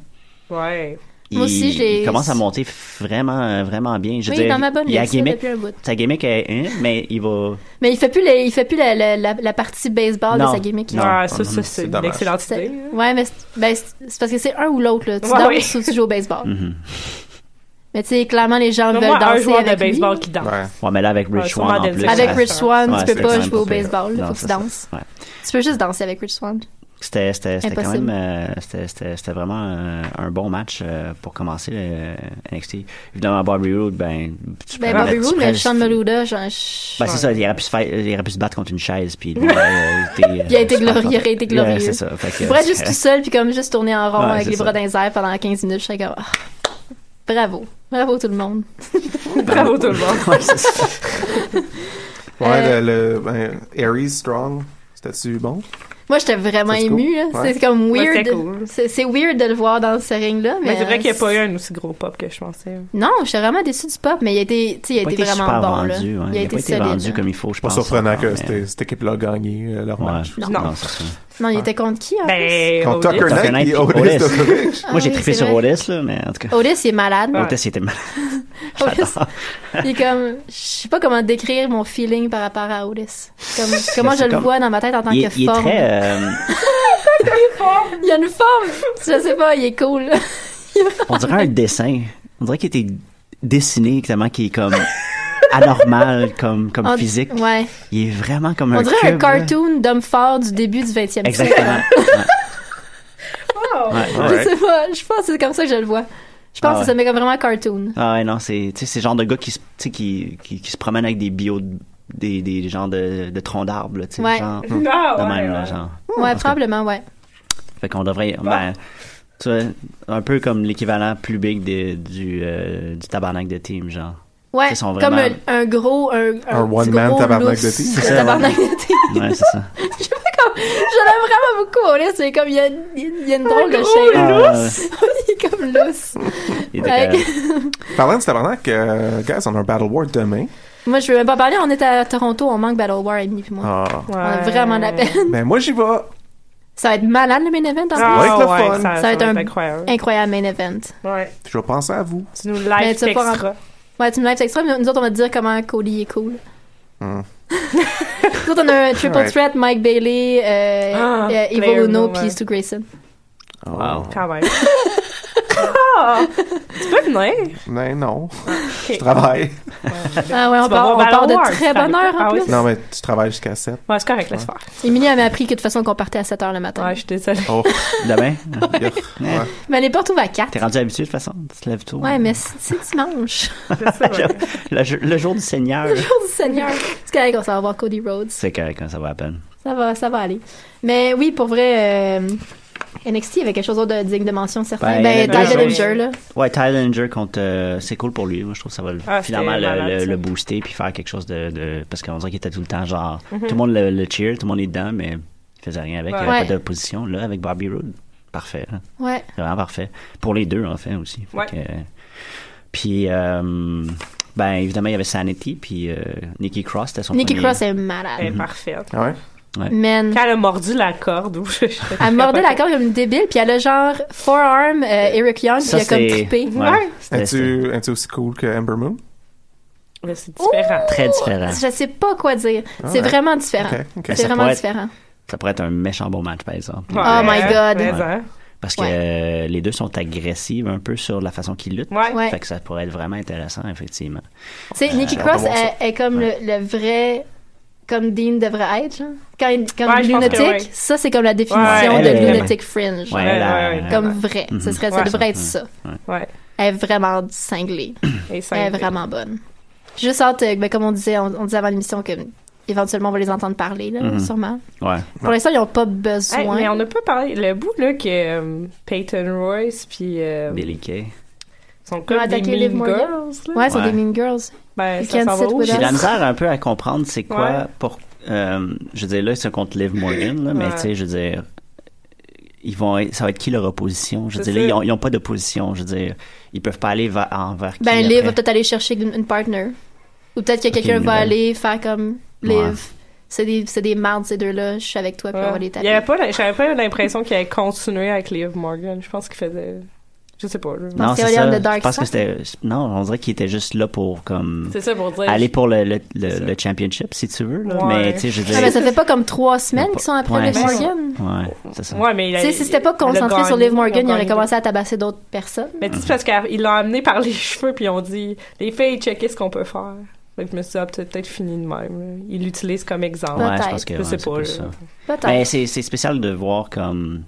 Ouais. Moi il- aussi, je l'ai- Il commence à monter vraiment, euh, vraiment bien. Je Oui, veux il est dire, dans ma bonne il a liste, là, gimmick- depuis un bout. Sa gimmick est hein, mais il va. Mais il fait plus, les- il fait plus la, la, la, la partie baseball Non. de sa gimmick. Non. Ah, ça, ça, c'est c'est une dommage. excellente C'est- idée. Ouais, mais c'est ben, c'est- c'est parce que c'est un ou l'autre. là. Tu Ouais, danses oui. ou tu joues au Oh. baseball. Mhm. Mais tu sais, clairement, les gens Donne-moi veulent un danser joueur de avec lui. baseball qui Ah. danse. Ouais. Ouais, mais là, avec Rich Ouais, Swan, sûrement en Denzel. plus. Avec ça- Rich Swan, ouais, tu peux c'est pas quand même jouer au pas pire. baseball. là, Non, faut que c'est tu ça. danses. Ouais. Tu peux juste danser avec Rich Swan. C'était, c'était, c'était quand Impossible. même. euh, c'était, c'était, c'était vraiment euh, un bon match euh, pour commencer le NXT. Évidemment, Bobby Roode, ben. Tu Ben, pourrais- Bobby tu Roode, pourrais- mais Sean Malouda, genre, je- Ben, c'est ça, il aurait, pu se faire- il aurait pu se battre contre une chaise, puis ben, il aurait été. Il a été euh, super glorieux, il aurait été glorieux. Ouais, c'est ça. Fait que, Il pourrait être euh, juste tout seul, puis comme juste tourner en rond Ouais, avec c'est les ça. bras dans les airs pendant 15 minutes. Je serais comme, ah, bravo. Bravo tout le monde. Bravo tout le monde. Ouais, c'est ça. Ouais, Euh, le, le- ben, Aries Strong, c'était-tu bon? Moi, j'étais vraiment C'est cool. émue. là. Ouais. C'est comme Ouais, weird. c'est cool. C'est c'est weird de le voir dans ce ring-là. Mais, Mais c'est vrai qu'il n'y a pas eu euh, un aussi gros pop que je pensais. Non, j'étais vraiment déçue du pop, mais il a été, tu sais, il a pas été été vraiment super bon. vendu. là. ouais. Il a été pas été solide, vendu là. comme il faut, je Pas pense. surprenant encore, que Ah, mais- c'était- cette équipe-là a gagné euh, leur Ouais. match. Non, Non. c'est ça. Non, il était contre qui en plus? Ben, Contre Otis. Tucker Knight et Tucker Knight et Otis Otis. Dokovic. Moi, j'ai Ah oui, trippé c'est sur vrai. Oh. Otis, là, mais en tout cas. Otis, il est malade. Ouais. Otis, il était malade. Otis, il est comme, je sais pas comment décrire mon feeling par rapport à Otis. Comme, comment je c'est le comme- vois dans ma tête en tant Il, que est- il est forme. très. euh, Il y a une forme. Je sais pas, il est cool. on dirait un dessin. On dirait qu'il était dessiné exactement, qui est comme anormal comme, comme On- physique. Ouais. Il est vraiment comme On un dirait un cube, là. cartoon d'homme fort du début du 20e siècle. Exactement. Wow! Ouais, ouais, ouais. Je sais pas, je pense que c'est comme ça que je le vois. Je pense Ah ouais. que ça met comme vraiment cartoon. Ah ouais, non, c'est tu sais, c'est le genre de gars qui se, tu sais, qui, qui, qui se promène avec des bio des, des genres de, de troncs d'arbres, là, tu sais, Ouais. genre, Hmm. Non, de ouais, même, là, ouais. genre. ouais, Ah. parce que- probablement, ouais. Fait qu'on devrait, ben, tu vois, un peu comme l'équivalent plus big de- du, euh, du tabarnak de team, genre. Ouais, Ils sont comme vraiment- un, un gros, un, Un petit one-man gros tabarnak de lousse. thé. C'est ça, Tabarnak de thé. Ouais, c'est ça. Je sais pas comme, je l'aime vraiment beaucoup, Maurice. C'est comme, il y a, il y a une drôle de gros chaîne. Ah, il est comme lousse. il était Ouais. correct. Parlant de Tabarnak, euh, guys, on a un Battle War demain. Moi, je veux même pas parler. On est à Toronto. On manque Battle War, Emily puis moi. Ah. On a vraiment de la peine. Ben, moi, j'y vais. Ça va être malade, le main event, en plus. Ah, va être le ouais, fun. Ça, ça va être un... incroyable. Incroyable main event. Ouais. Je vais penser à vous. Tu nous Eh. Mais live tu vas pas extra. Ouais, tu me live extra, mais nous autres, on va te dire comment Cody est cool. Hmm. nous autres, on a un triple Alright. threat, Mike Bailey, euh, Ah, euh, Evil Player Uno, Uno, puis ouais. Stu Grayson. Wow. Quand même. Ah! tu peux venir. Mais Ben, non, Ok. je travaille. Ah ouais, on vas part, voir on Battle part de Wars, très ça bonne arrive heure, pas. en Ah oui, plus. Non, mais tu travailles jusqu'à 7. Ouais, c'est correct, laisse faire. Émilie elle m'a appris que de toute façon qu'on partait à 7h le matin. Ouais, Ah, je suis désolée. Oh, Eh. Demain, yuck. Ouais. Ouais. Mais les portes ouvrent à 4. t'es rendu habitué de toute façon, tu te lèves tôt. Ouais, mais c'est c'est dimanche. le, ju- le jour du Seigneur. Le jour du Seigneur. C'est correct, on s'en va voir Cody Rhodes. C'est correct, hein, ça va à peine. Ça va, ça va aller. Mais oui, pour vrai, euh, NXT avait quelque chose d'autre de digne de mention, certain. Ben, il y Ben, avait deux Tyler choses. Danger, là. Ouais, Tylinger contre. euh, c'est cool pour lui. Moi, je trouve que ça va le- Ah, c'était finalement le, malade, le- ça. le booster puis faire quelque chose de. de- parce qu'on dirait qu'il était tout le temps genre. Mhm. Tout le monde le, le cheer, tout le monde est dedans, mais il faisait rien avec. Il n'y Ouais. avait pas d'opposition. Là, avec Bobby Roode, parfait. hein. Ouais. Vraiment parfait. Pour les deux, en fait, aussi. Fait Ouais. que- puis, euh, ben, évidemment, il y avait Sanity, puis euh, Nikki Cross, c'était son Nikki premier- Cross est Elle est Mhm. malade. parfaite. Ah ouais? Man. Quand elle a mordu la corde, ou je- je- Elle mordait la corde comme une débile, puis elle a genre forearm euh, Eric Young, puis Ça, elle a comme c'est- trippé. Ouais. C'était- c'était Es-tu es aussi cool que Ember Moon? Mais c'est différent. Très différent. Je sais pas quoi dire. C'est ouais. vraiment différent. Ok, ok. C'est Ça vraiment pourrait être- différent. Ça pourrait être un méchant bon match, par exemple. Oh my God. Mais, Ouais. hein. Parce que euh, les deux sont agressives un peu sur la façon qu'ils luttent. Ouais. Ouais. Fait que ça pourrait être vraiment intéressant, effectivement. Tu sais, Nikki hâte de Cross voir ça. est, est comme le, le vrai. Comme Dean devrait être, genre. Quand, quand Ouais, je pense lunatique, que ouais. ça, c'est comme la définition Ouais, de elle est- lunatic fringe. Ouais, ouais, là, ouais, euh, Comme vrai. Ce serait, ça Ouais. devrait être ça. Ouais. Elle est vraiment cinglée. Et Elle est vraiment bonne. J'ai Juste hâte, euh, ben, comme on disait, on, on disait avant l'émission que éventuellement on va les entendre parler, là, Mhm. sûrement. ouais. Pour l'instant, ils n'ont pas besoin. Hey, mais on n'a pas parlé. Le bout, là, que euh, Peyton Royce puis euh, Billy Kay. Ils sont ont comme des attaqué Liv mean Morgan. girls. Là. Ouais, c'est Ouais. des Mean Girls. Ben, You ça can't s'en va sit où? with J'ai de la us. misère un peu à comprendre c'est quoi Ouais. pour. euh, je veux dire, là, c'est contre Liv Morgan, là, mais Ouais. tu sais, je veux dire. Ils vont être- ça va être qui leur opposition? Je veux C'est dire, là, ça. ils ont- ils n'ont pas d'opposition. Je veux dire, ils peuvent pas aller va- envers qui. Ben, après. Liv va peut-être aller chercher une, une partner. Ou peut-être que Ok, quelqu'un une va nouvelle. aller faire comme Liv. Ouais. C'est des, c'est des mardes, ces deux-là. Je suis avec toi, puis on va les Ouais. Il y taper. avait pas, j'avais pas l'impression qu'il allait continuer avec Liv Morgan. Je pense qu'il faisait, je sais pas. là. Non, Pensez c'est au Leon ça. de Dark Je pense que Side. c'était. Non, on dirait qu'il était juste là pour comme C'est ça pour dire. aller pour le, le, le- C'est ça. le championship, si tu veux. Là. Ouais. Mais tu sais, je veux dire. Ah, ben, ça fait pas comme trois semaines Non, qu'ils sont après ouais, Liv c'est ça. Morgan. Ouais, c'est ça. Ouais, mais il Tu a- sais, si c'était pas il a concentré sur gagné, Liv Morgan, il a aurait gagné. commencé à tabasser d'autres personnes. Mais tu sais, c'est parce qu'il l'a amené par les cheveux, puis ils ont dit, les filles, checkez ce qu'on peut faire. Fait que je me suis dit, ah, peut- peut-être fini de même. là. Il l'utilise comme Ah exemple. Ouais, je peut-être. pense que Je ouais, sais c'est pas, plus là. ça. Peut-être. Mais Ben, c'est c'est spécial de voir comme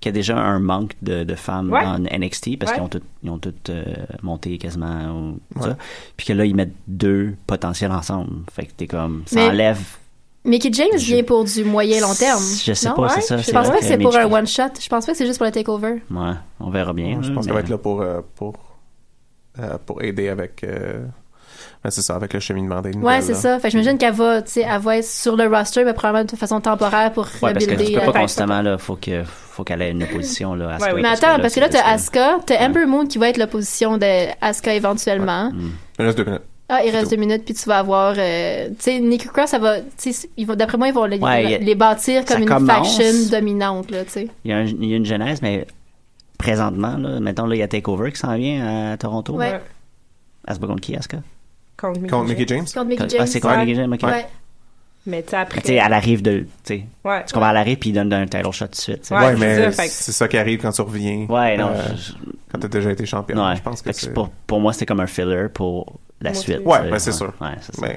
qu'il y a déjà un manque de, de femmes Ouais. en NXT parce Ouais. qu'ils ont toutes ils ont toutes euh, monté quasiment au- ça. puis que là ils mettent deux potentiels ensemble fait que t'es comme ça Mais- enlève Mickey James Je- vient pour du moyen long terme. je sais non? pas c'est Ouais, ça je Je c'est pense vrai pas que c'est mais pour je- un one shot. Je pense pas que c'est juste pour le takeover. ouais on verra bien Je là, pense qu'elle mais- va être là pour, euh, pour, euh, pour aider avec. euh, ben, c'est ça, avec le cheminement des Ouais, nouvelles, c'est là. ça. Fait que j'imagine qu'elle va, tu sais, elle va être sur le roster, mais probablement de façon temporaire pour ouais parce que tu rebuilder, peux euh, pas constamment là faut que faut qu'elle ait une opposition là à ce Ouais, point, oui. Mais attends, parce que là, c'est t'as juste, Asuka, t'as Amber Moon qui va être l'opposition de Asuka éventuellement. Hmm. Il reste deux minutes. Ah, il C'est reste tout. deux minutes, puis tu vas avoir... euh, tu sais, Nikki Cross, ça va... tu sais, ils vont- D'après moi, ils vont les, Ouais, les- y- les bâtir ça comme une commence. faction dominante, là, tu sais. il y, a un- il y a une genèse mais présentement là mettons là il y a Takeover qui s'en vient à Toronto Ouais. là. Elle se bat contre qui Asuka Contre Mickey Contre Mickey James. James? Contre Mickey Ah, James. c'est contre Ouais. Mickey James, ok. Ouais. Mais tu sais, après. Mais tu sais, elle arrive de. Tu sais, ouais. tu comprends, elle arrive puis il donne un title shot tout de suite. tu sais. Ouais, Ouais, c'est mais ça, fait que- c'est ça qui arrive quand tu reviens. Ouais, non. euh, je- quand t'as déjà été champion. ouais. Je pense Fait que que c'est. pour, pour moi, c'était comme un filler pour la Moi suite. aussi. Ouais, tu sais. ben, c'est sûr. Ouais, c'est ça. Mais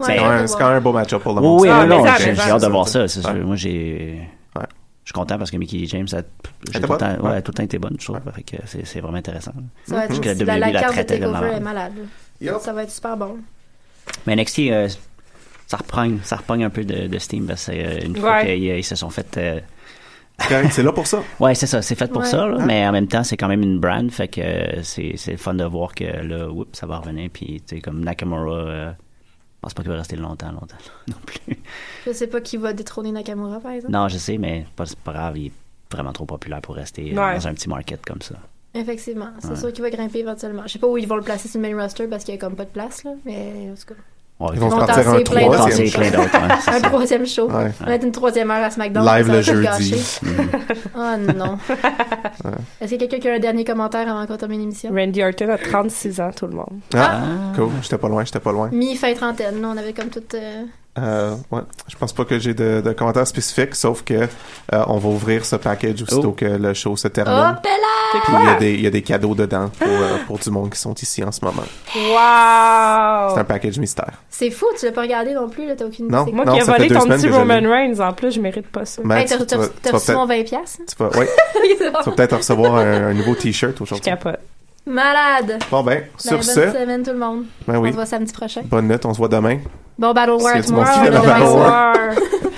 Ouais, Mais- c'est j'ai quand hâte de même- c'est voir. quand même un beau match-up pour le Oui, monde. oui, Ah, oui, mais non, ça, j'ai mais ça, j'ai hâte de c'est voir ça. ça, c'est sûr. Ouais. Moi, j'ai. Ouais. Je suis content parce que Mickey Lee James, ça, j'ai était tout, bonne? le temps, ouais, Ouais. tout le temps été bonne, je trouve. Fait que c'est c'est vraiment intéressant. Ça va être Parce que la la, la WWE la carte de traitait de Takeover malade. est malade. Yep. Ça va être super bon. Mais NXT, euh, ça, reprend, ça repogne un peu de, de Steam parce que, euh, une fois Ouais. qu'ils euh, ils se sont fait. euh, C'est correct, c'est là pour ça. Ouais, c'est ça, c'est fait pour Ouais. Ah. ça, là, mais en même temps, c'est quand même une brand, fait que euh, c'est c'est le fun de voir que là, oups, ça va revenir, puis tu sais, comme Nakamura, euh, je pense pas qu'il va rester longtemps, longtemps non plus. Je sais pas qui va détrôner Nakamura, par exemple. Non, je sais, mais pas- c'est pas grave, il est vraiment trop populaire pour rester euh, Ouais. dans un petit market comme ça. Effectivement, c'est Ouais. sûr qu'il va grimper éventuellement. Je sais pas où ils vont le placer sur le main roster parce qu'il y a comme pas de place, là. Mais en tout cas, Ouais, Ils vont ils vont sortir un tasser plein vont d'autres. tasser troisième. plein d'autres, ouais, c'est un ça. troisième show. Ouais. Ça va être une troisième heure à SmackDown. Live ça le va tout jeudi. gâcher. Ah non. Est-ce qu'il y a quelqu'un qui a un dernier commentaire avant qu'on termine l'émission? Randy Orton a 36 ans, tout le monde. Ah, cool. J'étais pas loin, j'étais pas loin. Mi-fin trentaine, là, on avait comme tout. euh, Euh, ouais. Je pense pas que j'ai de, de commentaires spécifiques, sauf que euh, on va ouvrir ce package aussitôt Oh. que le show se Oh, Ah. termine. Bella! C'est Puis il y, a quoi? des, il y a des cadeaux dedans pour, euh, pour du monde qui sont ici en ce moment. C'est Oh. Wow! un package mystère. C'est fou, tu l'as pas regardé non plus, là, t'as aucune Non. c'est Moi quoi? qui ai ça fait volé deux ton semaines petit que je Roman l'ai. Reigns, en plus, je mérite pas ça. Matt, Hey, t'as ben, tu t'as- vas- t'as tu vas reçu mon peut-être 20$? piastres? tu vas- ouais, tu vas peut-être recevoir un, un nouveau t-shirt Je aujourd'hui. capote. Malade! Bon ben, Ben, sur bonne ce, semaine tout le monde. ben On oui. se voit samedi prochain. Bonne note, on se voit demain. Bon Battle War Parce que tu m'as tomorrow, dit demain Battle soir. War. Wow!